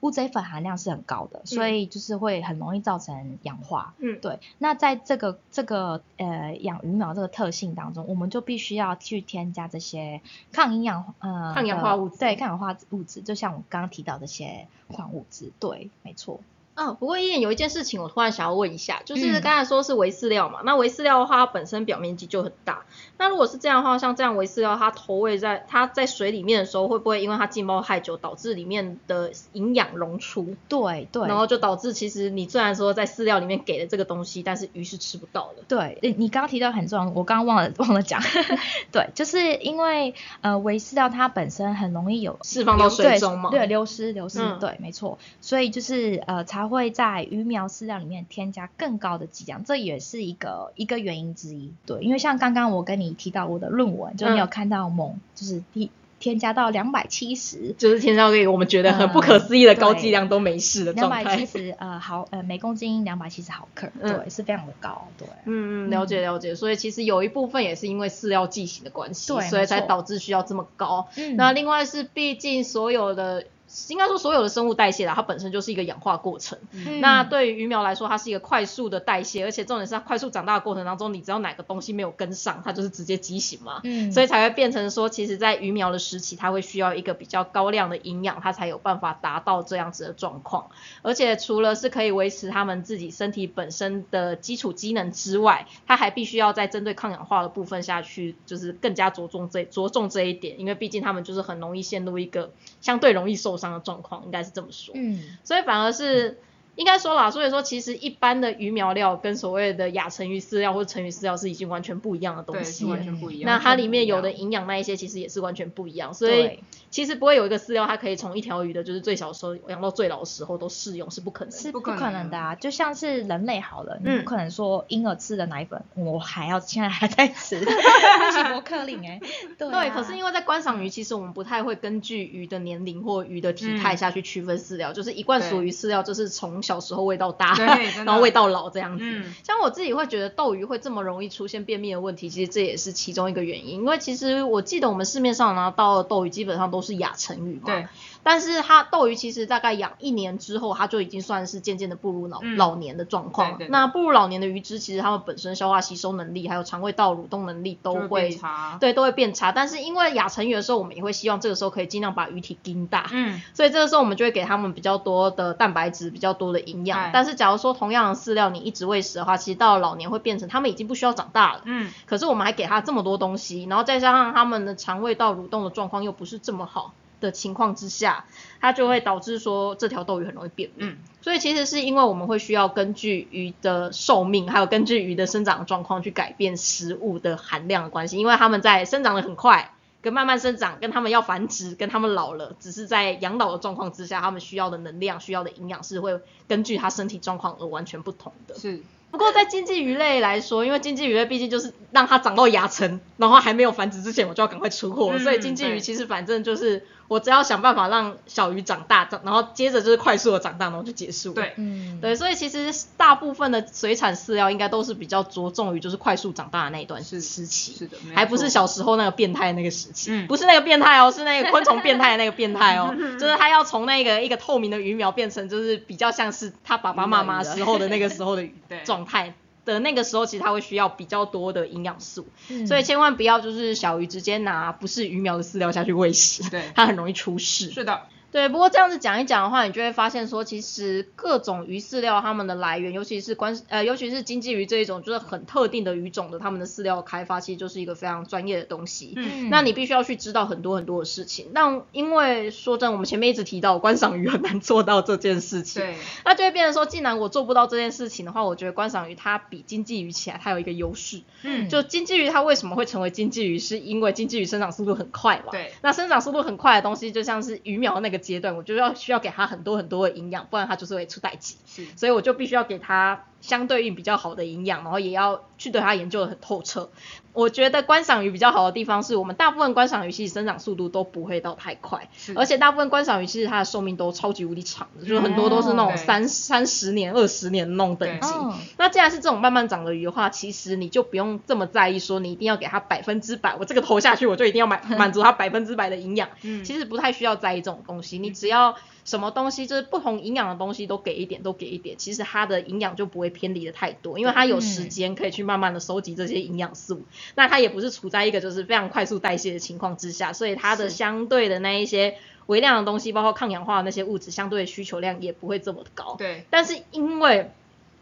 Speaker 3: 乌贼粉含量是很高的，所以就是会很容易造成氧化。
Speaker 1: 嗯，
Speaker 3: 对，那在这个这个呃养鱼苗这个特性当中，我们就必须要去添加这些抗营养呃
Speaker 1: 抗氧化物质
Speaker 3: 的对抗氧化物质，就像我刚刚提到这些矿物质，对，没错，
Speaker 1: 啊，不过燕有一件事情，我突然想要问一下，就是
Speaker 3: 嗯
Speaker 1: 刚才说是微饲料嘛，那微饲料的话，它本身表面积就很大。那如果是这样的话，像这样微饲料，它投喂在它在水里面的时候，会不会因为它浸泡太久，导致里面的营养溶出，
Speaker 3: 对对。
Speaker 1: 然后就导致其实你虽然说在饲料里面给了这个东西，但是鱼是吃不到的。
Speaker 3: 对，呃你你刚刚提到很重要，我刚刚忘了忘了讲。 对，就是因为呃，维饲料它本身很容易有
Speaker 1: 释放到
Speaker 3: 流
Speaker 1: 水中嘛
Speaker 3: 对，对流失流失，
Speaker 1: 嗯
Speaker 3: 对，没错。所以就是呃，才会在鱼苗饲料里面添加更高的剂量，这也是一个一个原因之一。对，因为像刚刚我跟你提到我的论文，就你有
Speaker 1: 嗯
Speaker 3: 看到锰、就是添添加到两百七十。
Speaker 1: 就是天上给我们觉得很不可思议的高剂量都没事的
Speaker 3: 两
Speaker 1: 状
Speaker 3: 百
Speaker 1: 态
Speaker 3: 七。十呃毫呃每公斤两百七十毫克，对，
Speaker 1: 嗯
Speaker 3: 是非常的高，对。
Speaker 1: 嗯嗯，了解了解，所以其实有一部分也是因为饲料剂型的关系，
Speaker 3: 对
Speaker 1: 所以才
Speaker 3: 没错
Speaker 1: 导致需要这么高。
Speaker 3: 嗯
Speaker 1: 那另外是，毕竟所有的，应该说所有的生物代谢啦，它本身就是一个氧化过程。
Speaker 3: 嗯
Speaker 1: 那对于鱼苗来说，它是一个快速的代谢，而且重点是它快速长大的过程当中，你只要哪个东西没有跟上，它就是直接畸形嘛。
Speaker 3: 嗯，
Speaker 1: 所以才会变成说，其实，在鱼苗的时期，它会需要一个比较高量的营养，它才有办法达到这样子的状况。而且除了是可以维持它们自己身体本身的基础机能之外，它还必须要在针对抗氧化的部分下去，就是更加着重这着重这一点，因为毕竟它们就是很容易陷入一个相对容易受伤的状况，应该是这么说。
Speaker 3: 嗯，
Speaker 1: 所以反而是应该说啦，所以说其实一般的鱼苗料跟所谓的亚成鱼饲料或成鱼饲料是已经完全不一样的东
Speaker 2: 对，
Speaker 1: 西
Speaker 2: 是
Speaker 1: 了
Speaker 2: 完。全不一样。
Speaker 1: 那它
Speaker 2: 完全
Speaker 1: 里
Speaker 2: 不
Speaker 1: 面
Speaker 2: 一
Speaker 1: 有
Speaker 2: 样
Speaker 1: 的营养那一些其实也是完全不一样，所以
Speaker 3: 对，
Speaker 1: 其实不会有一个饲料它可以从一条鱼的就是最小时候养到最老的时候都适用是不可能的。
Speaker 3: 是
Speaker 2: 不
Speaker 3: 不
Speaker 2: 可
Speaker 3: 可
Speaker 2: 能
Speaker 3: 能的啊！就像是人类好了，你
Speaker 1: 嗯
Speaker 3: 不可能说婴儿吃的奶粉，我还要现在还在 吃，不行，我克林哎，对
Speaker 1: 对，
Speaker 3: 啊
Speaker 1: 可是因为在观赏鱼，其实我们不太会根据鱼的年龄或鱼的体态
Speaker 2: 嗯
Speaker 1: 下去区分饲料，就是一罐属于饲料，就是从小时候喂到大，
Speaker 2: 对 真的
Speaker 1: 然后喂到老这样子。
Speaker 2: 嗯
Speaker 1: 像我自己会觉得斗鱼会这么容易出现便秘的问题，其实这也是其中一个原因。因为其实我记得我们市面上拿到的斗鱼基本上都是亚成鱼嘛，
Speaker 2: 对。
Speaker 1: 但是它斗鱼其实大概养一年之后，它就已经算是渐渐的步入老、
Speaker 2: 嗯
Speaker 1: 老年的状况了。
Speaker 2: 对对对
Speaker 1: 那步入老年的鱼只，其实它们本身消化吸收能力，还有肠胃道蠕动能力都
Speaker 2: 就会
Speaker 1: 会
Speaker 2: 变差
Speaker 1: 对，都会变差。但是因为亚成鱼的时候，我们也会希望这个时候可以尽量把鱼体盯大，
Speaker 2: 嗯，
Speaker 1: 所以这个时候我们就会给他们比较多的蛋白质，比较多的营
Speaker 2: 哎
Speaker 1: 养。但是假如说同样的饲料你一直喂食的话，其实到了老年会变成他们已经不需要长大了。
Speaker 2: 嗯，
Speaker 1: 可是我们还给它这么多东西，然后再加上它们的肠胃道蠕动的状况又不是这么好的情况之下，它就会导致说这条斗鱼很容易便秘。
Speaker 2: 嗯
Speaker 1: 所以其实是因为我们会需要根据鱼的寿命，还有根据鱼的生长状况去改变食物的含量的关系，因为它们在生长的很快。跟慢慢生长，跟它们要繁殖，跟它们老了，只是在养老的状况之下，它们需要的能量、需要的营养是会根据它身体状况而完全不同的。
Speaker 2: 是
Speaker 1: 不过在经济鱼类来说，因为经济鱼类毕竟就是让它长到牙层，然后还没有繁殖之前，我就要赶快出货，
Speaker 2: 嗯
Speaker 1: 所以经济
Speaker 2: 对
Speaker 1: 鱼其实反正就是我只要想办法让小鱼长大，长然后接着就是快速的长大，然后就结束。
Speaker 2: 对，
Speaker 3: 嗯，
Speaker 1: 对，所以其实大部分的水产饲料应该都是比较着重于就是快速长大的那一段时
Speaker 2: 是
Speaker 1: 期，
Speaker 2: 是的，没
Speaker 1: 还不
Speaker 2: 错
Speaker 1: 是小时候那个变态那个时期，
Speaker 2: 嗯
Speaker 1: 不是那个变态哦，是那个昆虫变态的那个变态 哦，就是他要从那个一个透明的鱼苗变成就是比较像是他爸爸妈妈时候的那个时候的
Speaker 2: 对
Speaker 1: 状态。的那个时候，其实它会需要比较多的营养素，
Speaker 3: 嗯
Speaker 1: 所以千万不要就是小鱼直接拿不是鱼苗的饲料下去喂食，
Speaker 2: 对
Speaker 1: 它很容易出事。
Speaker 2: 是的，
Speaker 1: 对，不过这样子讲一讲的话，你就会发现说，其实各种鱼饲料它们的来源，尤其是关呃，尤其是经济鱼这一种，就是很特定的鱼种的，它们的饲料开发其实就是一个非常专业的东西。
Speaker 2: 嗯
Speaker 1: 那你必须要去知道很多很多的事情。那因为说真的，我们前面一直提到观赏鱼很难做到这件事情，
Speaker 2: 对，
Speaker 1: 那就会变成说，既然我做不到这件事情的话，我觉得观赏鱼它比经济鱼起来，它有一个优势。
Speaker 2: 嗯
Speaker 1: 就经济鱼它为什么会成为经济鱼，是因为经济鱼生长速度很快嘛。
Speaker 2: 对。
Speaker 1: 那生长速度很快的东西，就像是鱼苗那个阶段，我就要需要给它很多很多的营养，不然它就是会出代际。
Speaker 2: 是
Speaker 1: 所以我就必须要给它相对应比较好的营养，然后也要去对它研究的很透彻。我觉得观赏鱼比较好的地方是我们大部分观赏鱼其实生长速度都不会到太快，
Speaker 2: 是，
Speaker 1: 而且大部分观赏鱼其实它的寿命都超级无敌长的，就是很多都是那
Speaker 2: 哦
Speaker 1: 种三三十年、二十年的那种等级。
Speaker 3: 嗯
Speaker 1: 那既然是这种慢慢长的鱼的话，其实你就不用这么在意说你一定要给它百分之百，我这个投下去我就一定要 满满足它百分之百的营养。
Speaker 2: 嗯
Speaker 1: 其实不太需要在意这种东西，你只要什么东西就是不同营养的东西都给一点，都给一点，其实它的营养就不会偏离的太多，因为它有
Speaker 2: 嗯
Speaker 1: 时间可以去慢慢的收集这些营养素。那它也不是处在一个就是非常快速代谢的情况之下，所以它的
Speaker 2: 是
Speaker 1: 相对的那一些微量的东西，包括抗氧化的那些物质，相对的需求量也不会这么高。
Speaker 2: 对
Speaker 1: 但是因为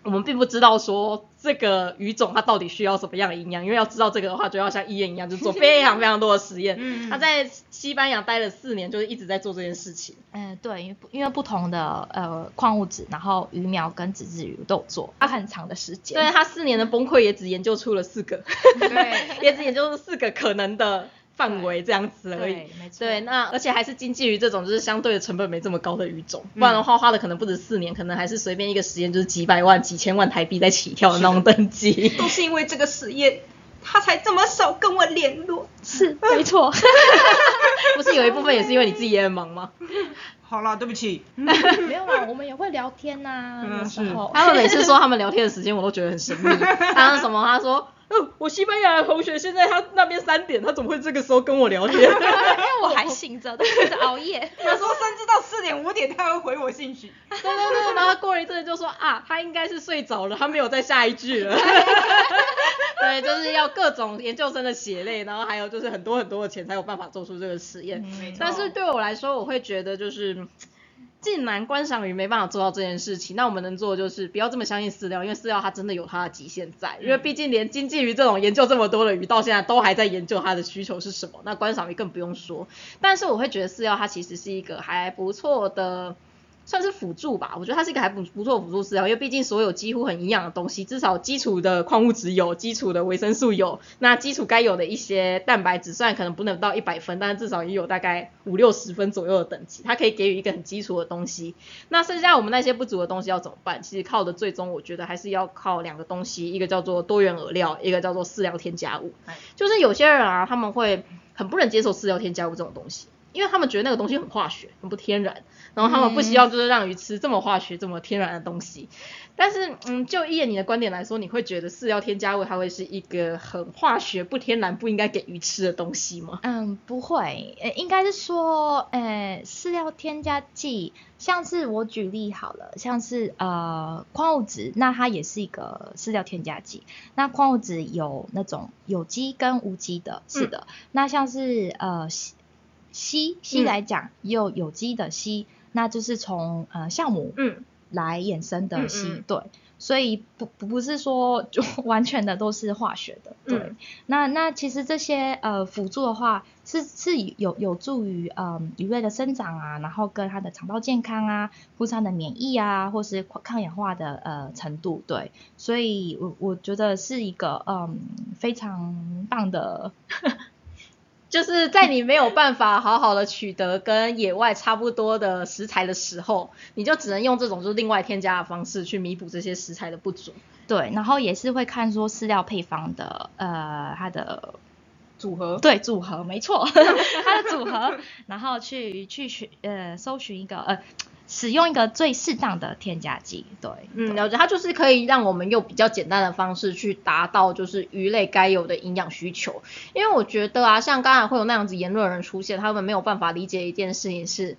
Speaker 1: 我们并不知道说这个鱼种它到底需要什么样的营养，因为要知道这个的话，就要像医院一样，就 做非常非常多的实验。
Speaker 2: 嗯嗯
Speaker 1: 他在西班牙待了四年，就是一直在做这件事情。
Speaker 3: 嗯，对，因为不因为不同的呃矿物质，然后鱼苗跟纸质鱼都有做，啊它很长的时间。
Speaker 1: 对他四年的崩溃，也只研究出了四个，
Speaker 2: 对
Speaker 1: 也只研究出四个可能的范围这样子而已。
Speaker 3: 对，没错。
Speaker 1: 对，那而且还是经济鱼这种，就是相对的成本没这么高的鱼种，
Speaker 2: 嗯
Speaker 1: 不然的话花的可能不止四年，可能还是随便一个实验就是几百万、几千万台币在起跳的那种等级。
Speaker 2: 都是因为这个实验，他才这么少跟我联络。
Speaker 3: 是没 错。
Speaker 1: 不是有一部分也是因为你自己也很忙 吗？
Speaker 2: 好啦，对不起，
Speaker 3: 没有啦，我们也会聊天呐、
Speaker 2: 嗯
Speaker 3: 有时候。
Speaker 1: 他们每次说他们聊天的时间，我都觉得很神 秘。他说什么？他说。哦，我西班牙的同学现在他那边三点，他怎么会这个时候跟我聊 天？
Speaker 3: 因为我还醒着，但是熬夜。
Speaker 2: 有时候甚至到四点五点他会回我信息。
Speaker 1: 对对对，然后过了一阵子就说啊，他应该是睡着了，他没有再下一句 了。对，就是要各种研究生的血泪，然后还有就是很多很多的钱才有办法做出这个实验。
Speaker 2: 嗯没错
Speaker 1: 但是对我来说，我会觉得就是。嗯既然观赏鱼没办法做到这件事情，那我们能做的就是不要这么相信饲料，因为饲料它真的有它的极限在。
Speaker 2: 嗯
Speaker 1: 因为毕竟连经济鱼这种研究这么多的鱼，到现在都还在研究它的需求是什么，那观赏鱼更不用说。但是我会觉得饲料它其实是一个还不错的，算是辅助吧。我觉得它是一个还不不错的辅助饲料，因为毕竟所有几乎很营养的东西，至少基础的矿物质有，基础的维生素有，那基础该有的一些蛋白质，虽然可能不能到一百分，但是至少也有大概五六十分左右的等级，它可以给予一个很基础的东西。那剩下我们那些不足的东西要怎么办？其实靠的最终，我觉得还是要靠两个东西，一个叫做多元饵料，一个叫做饲料添加物
Speaker 2: 哎。
Speaker 1: 就是有些人啊，他们会很不能接受饲料添加物这种东西，因为他们觉得那个东西很化学，很不天然，然后他们不希望就是让鱼吃这么化学、这么天然的东西。但是，嗯，就依你的观点来说，你会觉得饲料添加物它会是一个很化学、不天然、不应该给鱼吃的东西吗？
Speaker 3: 嗯，不会，呃，应该是说，呃，饲料添加剂，像是我举例好了，像是呃矿物质，那它也是一个饲料添加剂。那矿物质有那种有机跟无机的，是的。那像是呃硒，硒硒
Speaker 1: 嗯
Speaker 3: 来讲，也有有机的硒，那就是从呃酵母
Speaker 1: 嗯，
Speaker 3: 来衍生的
Speaker 1: 嗯
Speaker 3: 硒，
Speaker 1: 嗯
Speaker 3: 对。所以不不不是说就 完全的都是化学的，对。
Speaker 1: 嗯
Speaker 3: 那那其实这些呃辅助的话，是是有有助于嗯鱼类的生长啊，然后跟它的肠道健康啊，或是它的免疫啊，或是抗氧化的呃程度，对。所以我我觉得是一个嗯非常棒的
Speaker 1: 就是在你没有办法好好的取得跟野外差不多的食材的时候，你就只能用这种就是另外添加的方式去弥补这些食材的不足。
Speaker 3: 对，然后也是会看说饲料配方的呃它的
Speaker 2: 组合。
Speaker 3: 对组合，没错， 它的组合，然后去去寻呃搜寻一个呃使用一个最适当的添加剂，对，
Speaker 1: 嗯，了解，它就是可以让我们用比较简单的方式去达到就是鱼类该有的营养需求。因为我觉得啊，像刚才会有那样子言论的人出现，他们没有办法理解一件事情是，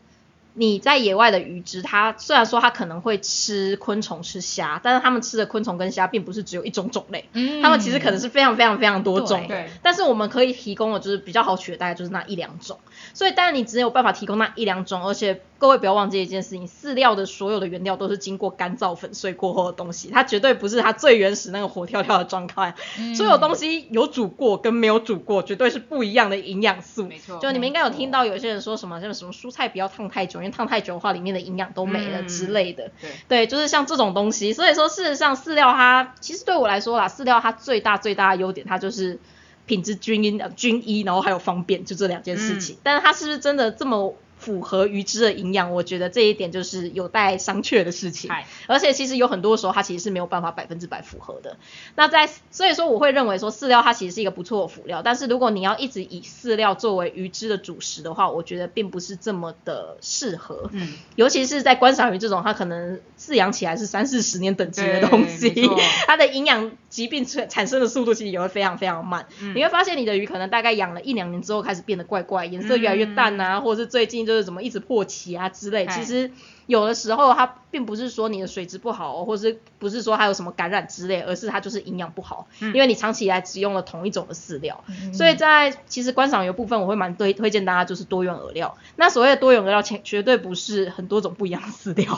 Speaker 1: 你在野外的鱼只，它虽然说它可能会吃昆虫、吃虾，但是他们吃的昆虫跟虾并不是只有一种种类，
Speaker 3: 嗯
Speaker 1: 他们其实可能是非常非常非常多种的
Speaker 2: 对。
Speaker 1: 但是我们可以提供的就是比较好取的，大概就是那一两种。所以当然你只有办法提供那一两种，而且各位不要忘记一件事情，饲料的所有的原料都是经过干燥粉碎过后的东西，它绝对不是它最原始那个活跳跳的状 态。
Speaker 2: 嗯
Speaker 1: 所有东西有煮过跟没有煮过，绝对是不一样的营养素。
Speaker 2: 没错
Speaker 1: 就你们应该有听到有些人说什么，像什么蔬菜不要烫太久，因为烫太久的话里面的营养都没了
Speaker 2: 嗯
Speaker 1: 之类的。
Speaker 2: 对
Speaker 1: 对，就是像这种东西。所以说，事实上饲料它其实对我来说啦，饲料它最大最大的优点，它就是品质均一、呃均一，然后还有方便，就这两件事情。但是它是不是真的这么符合鱼只的营养？我觉得这一点就是有待商榷的事情
Speaker 2: 嗨。
Speaker 1: 而且其实有很多时候它其实是没有办法百分之百符合的。那在所以说我会认为说饲料它其实是一个不错的辅料，但是如果你要一直以饲料作为鱼只的主食的话，我觉得并不是这么的适合。
Speaker 2: 嗯，
Speaker 1: 尤其是在观赏鱼这种，它可能饲养起来是三四十年等级的东西
Speaker 2: 对没错，
Speaker 1: 它的营养疾病产产生的速度其实也会非常非常慢。
Speaker 2: 嗯
Speaker 1: 你会发现你的鱼可能大概养了一两年之后开始变得怪怪，颜色越来越淡啊，或者是最近就是怎么一直破鳍啊之类。
Speaker 2: 嗯哎
Speaker 1: 其实有的时候它并不是说你的水质不好、哦，或是不是说它有什么感染之类，而是它就是营养不好，
Speaker 2: 嗯
Speaker 1: 因为你长期以来只用了同一种的饲料。
Speaker 3: 嗯
Speaker 1: 所以在其实观赏鱼的部分，我会蛮推推荐大家就是多元饵料。那所谓的多元饵料，前绝对不是很多种不一样的饲料，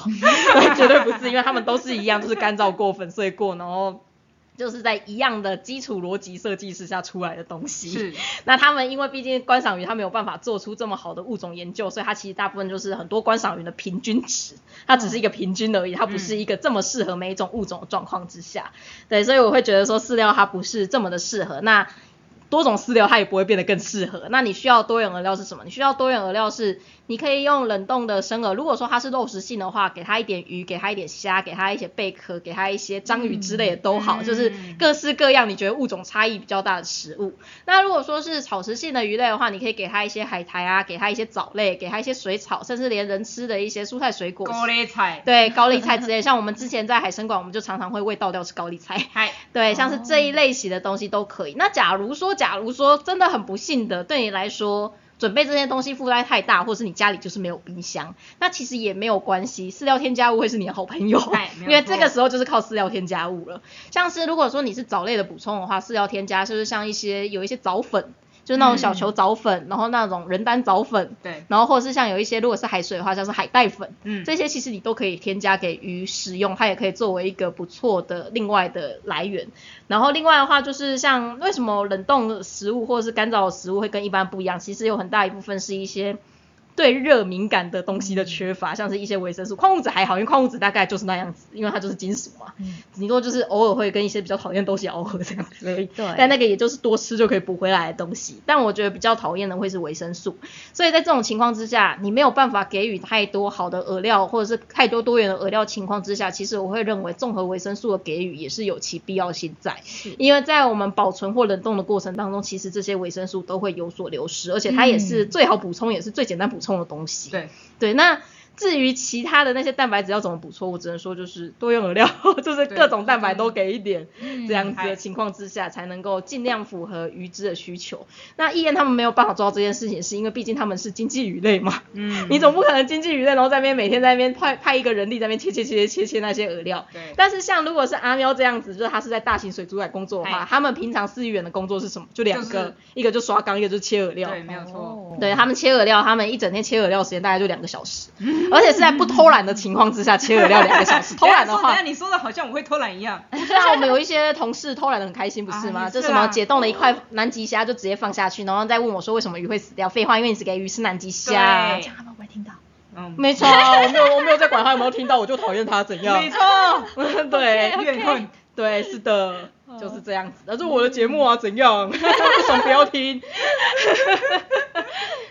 Speaker 1: 绝对不是，因为它们都是一样，就是干燥过、粉碎过，然后就是在一样的基础逻辑设计之下出来的东西。
Speaker 2: 是，
Speaker 1: 那他们因为毕竟观赏鱼，它没有办法做出这么好的物种研究，所以它其实大部分就是很多观赏鱼的平均值，它只是一个平均而已，它不是一个这么适合每一种物种的状况之下。对，所以我会觉得说饲料它不是这么的适合。那多种饲料它也不会变得更适合。那你需要多元饵料是什么？你需要多元饵料是你可以用冷冻的生饵，如果说它是肉食性的话，给它一点鱼，给它一点虾，给它一些贝壳，给它一些章鱼之类的都好，
Speaker 2: 嗯
Speaker 1: 就是各式各样你觉得物种差异比较大的食物。那如果说是草食性的鱼类的话，你可以给它一些海苔啊，给它一些藻类，给它一些水草，甚至连人吃的一些蔬菜水果。
Speaker 2: 高丽菜，
Speaker 1: 对高丽菜之类，像我们之前在海参馆，我们就常常会喂倒掉吃高丽菜。
Speaker 2: 嗨，
Speaker 1: 对，像是这一类型的东西都可以。那假如说，假如说真的很不幸的，对你来说准备这些东西负担太大，或是你家里就是没有冰箱，那其实也没有关系，饲料添加物会是你的好朋友
Speaker 2: 哎，没
Speaker 1: 因
Speaker 2: 有
Speaker 1: 为这个
Speaker 2: 错
Speaker 1: 时候就是靠饲料添加物了。像是如果说你是藻类的补充的话，饲料添加就是像一些有一些藻粉。就是那种
Speaker 2: 嗯
Speaker 1: 小球藻粉，然后那种人丹藻粉，
Speaker 2: 对，
Speaker 1: 然后或者是像有一些如果是海水的话，像是海带粉，
Speaker 2: 嗯，
Speaker 1: 这些其实你都可以添加给鱼食用，它也可以作为一个不错的另外的来源。然后另外的话就是像为什么冷冻的食物或者是干燥的食物会跟一般不一样，其实有很大一部分是一些。对热敏感的东西的缺乏，像是一些维生素、矿物质还好，因为矿物质大概就是那样子，因为它就是金属嘛。
Speaker 3: 嗯
Speaker 1: 顶多就是偶尔会跟一些比较讨厌的东西熬合这样子而已。
Speaker 3: 对
Speaker 1: 但那个也就是多吃就可以补回来的东西。但我觉得比较讨厌的会是维生素，所以在这种情况之下，你没有办法给予太多好的饵料，或者是太多多元的饵料情况之下，其实我会认为综合维生素的给予也是有其必要性在，因为在我们保存或冷冻的过程当中，其实这些维生素都会有所流失，而且它也是
Speaker 3: 嗯
Speaker 1: 最好补充，也是最简单补充的东西。
Speaker 2: 对，
Speaker 1: 对，那至于其他的那些蛋白质要怎么补充，我只能说就是多用饵料， 就是
Speaker 2: 对嗯
Speaker 1: 各种蛋白都给一点，这样子的
Speaker 2: 嗨
Speaker 1: 情况之下，才能够尽量符合鱼只的需求。那易燕他们没有办法做到这件事情，是因为毕竟他们是经济鱼类嘛，
Speaker 2: 嗯，
Speaker 1: 你总不可能经济鱼类，然后在那边每天在那边派派一个人力在那边切切切切切那些饵料。
Speaker 2: 对
Speaker 1: 但是像如果是阿喵这样子，就是他是在大型水族馆工作的话
Speaker 2: 哎，
Speaker 1: 他们平常饲育员的工作是什么？就两
Speaker 2: 就
Speaker 1: 个，
Speaker 2: 是
Speaker 1: 一个就刷缸，一个就是切饵料。
Speaker 2: 对，没有错，
Speaker 1: 对他们切饵料，他们一整天切饵料时间大概就两个小时，而且是在不偷懒的情况之下切饵料两个小时。偷懒的
Speaker 2: 等一
Speaker 1: 话
Speaker 2: 下，你说的好像我会偷懒一 样，
Speaker 1: 虽啊然我们有一些同事偷懒的很开心，不是吗？
Speaker 2: 啊也是
Speaker 1: 就
Speaker 2: 啊
Speaker 1: 什么解冻了一块南极虾就直接放下去，然后再问我说为什么鱼会死掉？废话，因为你只给鱼吃南极虾。
Speaker 2: 对
Speaker 3: 这样他们会不会听到？
Speaker 2: 嗯，
Speaker 1: 没错啊，我没有我没有在 管他有没有听到，我就讨厌他怎样
Speaker 2: 没。错，
Speaker 1: 对
Speaker 2: 怨恨，
Speaker 1: 对，是的，就是这样子。但是我的节目啊，怎样？ 不爽不要听。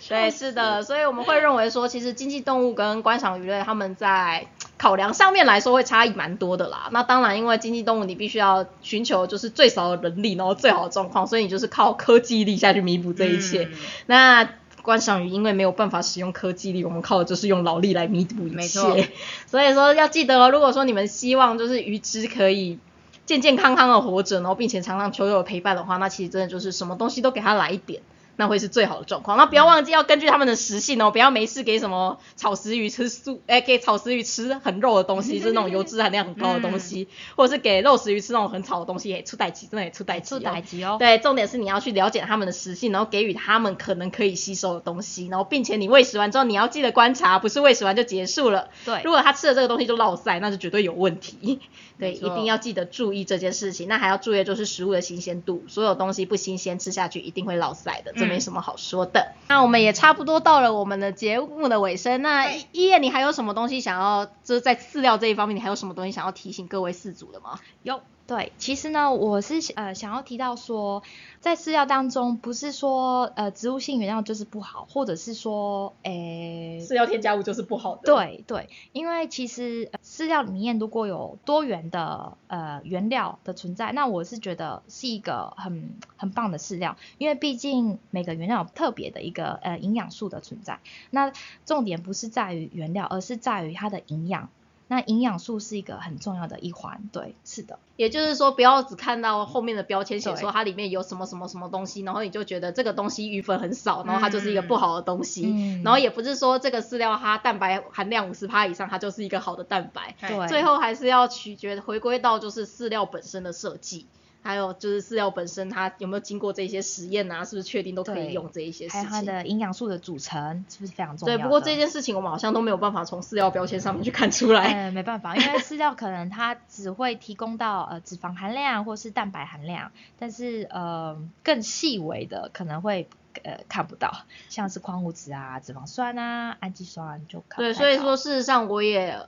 Speaker 1: 对，是的，所以我们会认为说，其实经济动物跟观赏鱼类，它们在考量上面来说会差异蛮多的啦。那当然，因为经济动物你必须要寻求就是最少的人力，然后最好的状况，所以你就是靠科技力下去弥补这一切。
Speaker 2: 嗯
Speaker 1: 那观赏鱼因为没有办法使用科技力，我们靠的就是用劳力来弥补一
Speaker 2: 没
Speaker 1: 切
Speaker 2: 错。
Speaker 1: 所以说要记得哦，如果说你们希望就是鱼只可以健健康康的活着，然后并且常常求有陪伴的话，那其实真的就是什么东西都给它来一点。那会是最好的状况。那不要忘记要根据它们的食性哦，不要没事给什么草食鱼吃素， 哎、给草食鱼吃很肉的东西，就是那种油脂含量很高的东西，或者是给肉食鱼吃那种很草的东西，也出代鸡，真的也出代鸡、
Speaker 3: 出代志哦
Speaker 1: 对，重点是你要去了解它们的食性，然后给予它们可能可以吸收的东西，然后并且你喂食完之后，你要记得观察，不是喂食完就结束了。
Speaker 3: 对
Speaker 1: 如果它吃了这个东西就落塞，那就绝对有问 题。对，
Speaker 2: 没
Speaker 1: 一
Speaker 2: 错
Speaker 1: 定要记得注意这件事情。那还要注意的就是食物的新鲜度，所有东西不新鲜吃下去一定会落塞的，这没
Speaker 2: 嗯
Speaker 1: 什么好说的。那我们也差不多到了我们的节目的尾声。那
Speaker 2: 对
Speaker 1: 一叶，你还有什么东西想要，就是在饲料这一方面，你还有什么东西想要提醒各位饲主的吗？
Speaker 3: 有对，其实呢，我是呃想要提到说，在饲料当中，不是说呃植物性原料就是不好，或者是说诶。
Speaker 1: 料添加物就是不好的。
Speaker 3: 对对，因为其实呃饲料里面如果有多元的呃原料的存在，那我是觉得是一个很很棒的饲料，因为毕竟每个原料有特别的一个呃营养素的存在。那重点不是在于原料，而是在于它的营养。那营养素是一个很重要的一环，对，是的，
Speaker 1: 也就是说，不要只看到后面的标签写
Speaker 3: 对
Speaker 1: 说它里面有什么什么什么东西，然后你就觉得这个东西鱼粉很少，然后它就是一个不好的东西。
Speaker 3: 嗯
Speaker 1: 然后也不是说这个饲料它蛋白含量五十趴以上，它就是一个好的蛋白。
Speaker 2: 哎
Speaker 3: 对
Speaker 1: 最后还是要取决回归到就是饲料本身的设计，还有就是饲料本身它有没有经过这些实验啊，是不是确定都可以
Speaker 3: 对
Speaker 1: 用这一些事
Speaker 3: 还有它
Speaker 1: 情。
Speaker 3: 的营养素的组成是不是非常重要
Speaker 1: 对，
Speaker 3: 的？
Speaker 1: 不过这件事情我们好像都没有办法从饲料标签上面去看出来。
Speaker 3: 呃，没办法，因为饲料可能它只会提供到呃脂肪含量或是蛋白含量，但是呃更细微的可能会呃看不到，像是矿物质啊、脂肪酸啊、氨基酸就看不
Speaker 1: 对，
Speaker 3: 太
Speaker 1: 所以
Speaker 3: 到
Speaker 1: 说事实上我也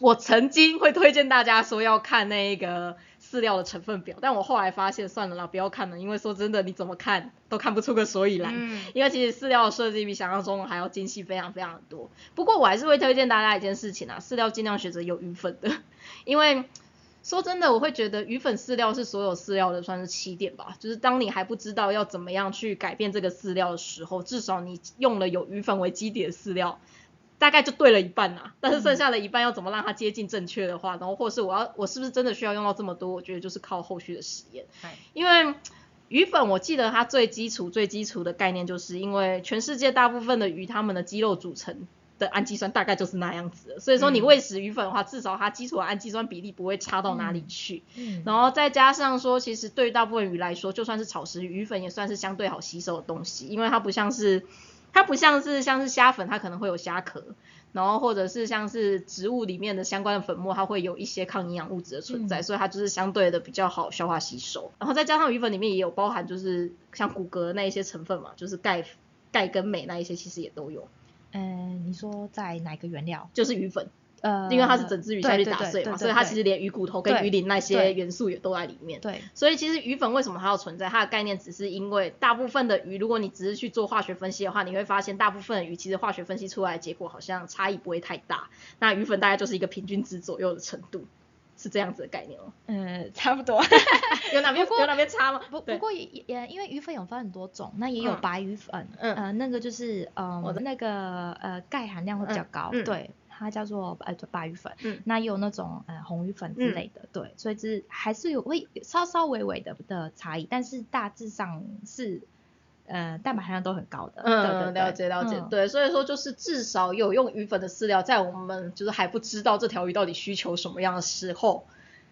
Speaker 1: 我曾经会推荐大家说要看那个饲料的成分表，但我后来发现算了啦，不要看了，因为说真的，你怎么看都看不出个所以然。
Speaker 2: 嗯
Speaker 1: 因为其实饲料的设计比想象中的还要精细非常非常的多。不过我还是会推荐大家一件事情啊，饲料尽量选择有鱼粉的，因为说真的，我会觉得鱼粉饲料是所有饲料的算是起点吧。就是当你还不知道要怎么样去改变这个饲料的时候，至少你用了有鱼粉为基底的饲料。大概就对了一半啦、啊但是剩下的一半要怎么让它接近正确的话，然后或是我要我是不是真的需要用到这么多，我觉得就是靠后续的实验。
Speaker 2: 哎
Speaker 1: 因为鱼粉，我记得它最基础、最基础的概念，就是因为全世界大部分的鱼，它们的肌肉组成的氨基酸大概就是那样子的，所以说你
Speaker 2: 嗯
Speaker 1: 喂食鱼粉的话，至少它基础的氨基酸比例不会差到哪里去。
Speaker 3: 嗯
Speaker 1: 然后再加上说，其实对于大部分鱼来说，就算是草食鱼，鱼粉也算是相对好吸收的东西，因为它不像是它不像是像是虾粉，它可能会有虾壳，然后或者是像是植物里面的相关的粉末，它会有一些抗营养物质的存在，
Speaker 3: 嗯
Speaker 1: 所以它就是相对的比较好消化吸收。然后再加上鱼粉里面也有包含就是像骨骼那一些成分嘛，就是钙钙跟镁那一些其实也都有，
Speaker 3: 嗯、你说在哪个原料？
Speaker 1: 就是鱼粉。
Speaker 3: 呃，
Speaker 1: 因为它是整只鱼下去打碎嘛，所以它其实
Speaker 3: 连
Speaker 1: 连鱼骨头跟
Speaker 3: 对
Speaker 1: 鱼鳞那些
Speaker 3: 对
Speaker 1: 元素也都在里面。
Speaker 3: 对
Speaker 1: 所以其实鱼粉为什么它要存在？它的概念只是因为大部分的鱼，如果你只是去做化学分析的话，你会发现大部分的鱼其实化学分析出来的结果好像差异不会太大。那鱼粉大概就是一个平均值左右的程度，是这样子的概念哦。
Speaker 3: 嗯、 差不多。
Speaker 1: 有哪边
Speaker 3: 不过
Speaker 1: 有哪边差吗？
Speaker 3: 不不
Speaker 1: 对
Speaker 3: 过也也也因为鱼粉有分很多种，那也有
Speaker 1: 嗯
Speaker 3: 白鱼粉，
Speaker 1: 嗯
Speaker 3: 呃，那个就是呃
Speaker 1: 我的
Speaker 3: 那个呃钙含量会比较
Speaker 1: 嗯
Speaker 3: 高，
Speaker 1: 嗯
Speaker 3: 对，它叫做呃白鱼粉，
Speaker 1: 嗯
Speaker 3: 那也有那种呃红鱼粉之
Speaker 1: 嗯
Speaker 3: 类的，对，所以这还是有会稍稍微微的的差异，但是大致上是呃蛋白含量都很高的，对对
Speaker 1: 嗯，
Speaker 3: 对
Speaker 1: 了解了解，
Speaker 3: 嗯
Speaker 1: 对，所以说就是至少有用鱼粉的饲料，在我们就是还不知道这条鱼到底需求什么样的时候，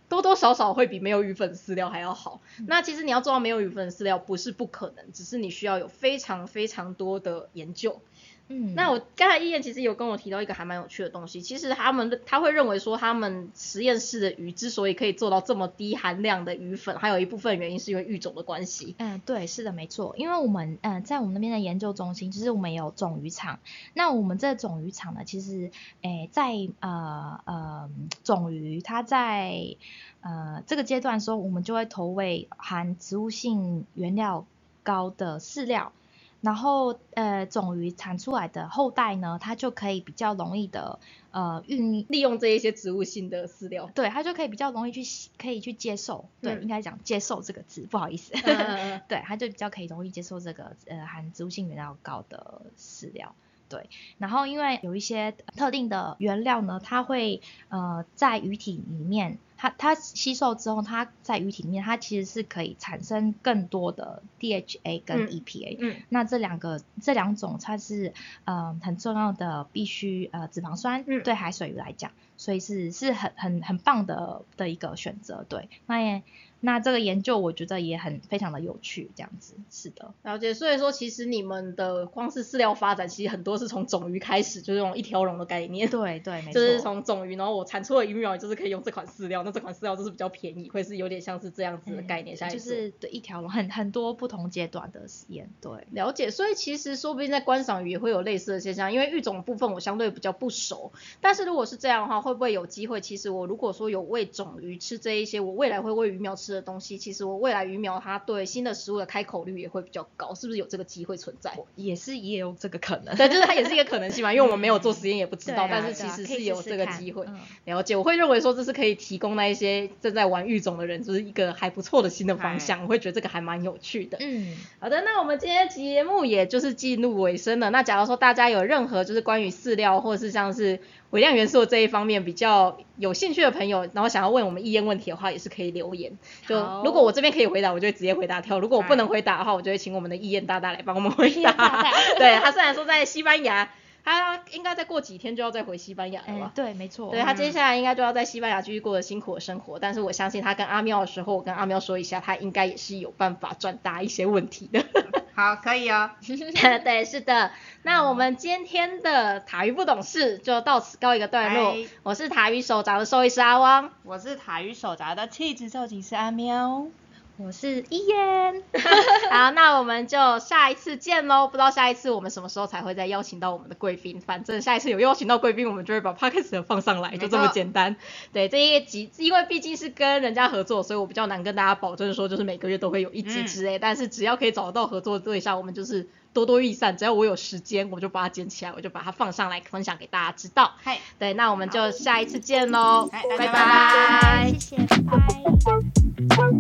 Speaker 1: 多多少少会比没有鱼粉饲料还要好。
Speaker 3: 嗯
Speaker 1: 那其实你要做到没有鱼粉饲料不是不可能，只是你需要有非常非常多的研究。
Speaker 3: 嗯，
Speaker 1: 那我刚才一燕其实有跟我提到一个还蛮有趣的东西，其实他们他会认为说他们实验室的鱼之所以可以做到这么低含量的鱼粉，还有一部分原因是因为育种的关系。
Speaker 3: 嗯，对，是的，没错，因为我们嗯、呃在我们那边的研究中心，就是我们有种鱼场。那我们这种鱼场呢，其实诶，在呃呃种鱼，它在呃这个阶段的时候，我们就会投喂含植物性原料高的饲料，然后呃种鱼产出来的后代呢，它就可以比较容易的呃孕
Speaker 1: 利用这一些植物性的饲料，
Speaker 3: 对，它就可以比较容易去吸可以去接受，对，
Speaker 1: 嗯
Speaker 3: 应该讲接受这个字，不好意思，
Speaker 1: 嗯
Speaker 3: 对，它就比较可以容易接受这个呃含植物性原料高的饲料。对，然后因为有一些特定的原料呢，它会呃在鱼体里面，它它吸收之后，它在鱼体里面，它其实是可以产生更多的 DHA
Speaker 1: 嗯
Speaker 3: 跟 E EPA，、
Speaker 1: 嗯
Speaker 3: 那这两个这两种它是呃很重要的必须呃脂肪酸、
Speaker 1: 嗯
Speaker 3: 对海水鱼来讲，所以是是很很很棒的的一个选择。对，那也那这个研究我觉得也很非常的有趣，这样子是的，
Speaker 1: 了解。所以说其实你们的光是饲料发展，其实很多是从种鱼开始，就是用一条龙的概念。
Speaker 3: 对对，没错，
Speaker 1: 就是从种鱼，然后我产出了鱼苗，就是可以用这款饲料，那这款饲料就是比较便宜，会是有点像是这样子的
Speaker 3: 嗯
Speaker 1: 概念下去
Speaker 3: 就
Speaker 1: 做
Speaker 3: 是对一条龙很很多不同阶段的实验，对，
Speaker 1: 了解，所以其实说不定在观赏鱼也会有类似的现象，因为育种部分我相对比较不熟。但是如果是这样的话，会不会有机会？其实我如果说有喂种鱼吃这一些，我未来会喂鱼苗吃的东西，其实我未来鱼苗它对新的食物的开口率也会比较高，是不是有这个机会存在？
Speaker 3: 也是也有这个可能，
Speaker 1: 对，就是它也是一个可能性嘛，因为我们没有做实验也不知
Speaker 3: 对
Speaker 1: 道，
Speaker 3: 啊
Speaker 1: 但是
Speaker 3: 对
Speaker 1: 其实
Speaker 3: 啊可以
Speaker 1: 是
Speaker 3: 试
Speaker 1: 有
Speaker 3: 试
Speaker 1: 这个
Speaker 3: 看
Speaker 1: 机会。
Speaker 3: 嗯
Speaker 1: 了解，我会认为说这是可以提供那一些正在玩育种的人，就是一个还不错的新的方向，我会觉得这个还蛮有趣的。
Speaker 3: 嗯，
Speaker 1: 好的，那我们今天节目也就是进入尾声了。那假如说大家有任何就是关于饲料或是像是微量元素这一方面比较有兴趣的朋友，然后想要问我们意见问题的话，也是可以留言。就
Speaker 3: 好
Speaker 1: 如果我这边可以回答，我就会直接回答跳；如果我不
Speaker 2: 哎
Speaker 1: 能回答的话，我就会请我们的意见大大来帮我们回
Speaker 3: 意见大
Speaker 1: 答
Speaker 3: 大。
Speaker 1: 对他虽然说在西班牙，他应该再过几天就要再回西班牙了
Speaker 3: 哎
Speaker 1: 吧？
Speaker 3: 对，没错，
Speaker 1: 对啊他接下来应该就要在西班牙继续过着辛苦的生活，但是我相信他跟阿喵的时候，我跟阿喵说一下，他应该也是有办法转达一些问题的。
Speaker 2: 好，可以哦。
Speaker 1: 对，是的。那我们今天的塔鱼不懂事就到此告一个段落
Speaker 2: 拜。
Speaker 1: 我是塔鱼手札的兽医师阿 汪。
Speaker 2: 我是塔鱼手札的气质造型师阿喵。
Speaker 3: 我是伊燕，
Speaker 1: 好，那我们就下一次见喽。不知道下一次我们什么时候才会再邀请到我们的贵宾，反正下一次有邀请到贵宾，我们就会把 podcast 放上来，
Speaker 2: 没
Speaker 1: 就
Speaker 2: 错
Speaker 1: 这么简单。对，这一集因为毕竟是跟人家合作，所以我比较难跟大家保证说就是每个月都会有一集
Speaker 2: 嗯
Speaker 1: 之类，但是只要可以找得到合作对象，我们就是多多益善。只要我有时间，我就把它捡起来，我就把它放上来分享给大家知道。
Speaker 2: 嗨，
Speaker 1: 对，那我们就下一次见喽，
Speaker 2: 嗨大
Speaker 1: 拜
Speaker 2: 家拜
Speaker 1: 拜
Speaker 3: 谢谢，拜。
Speaker 4: Bye,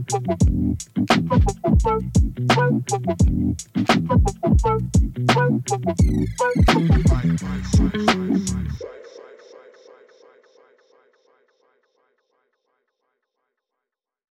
Speaker 4: bye, bye, bye, bye.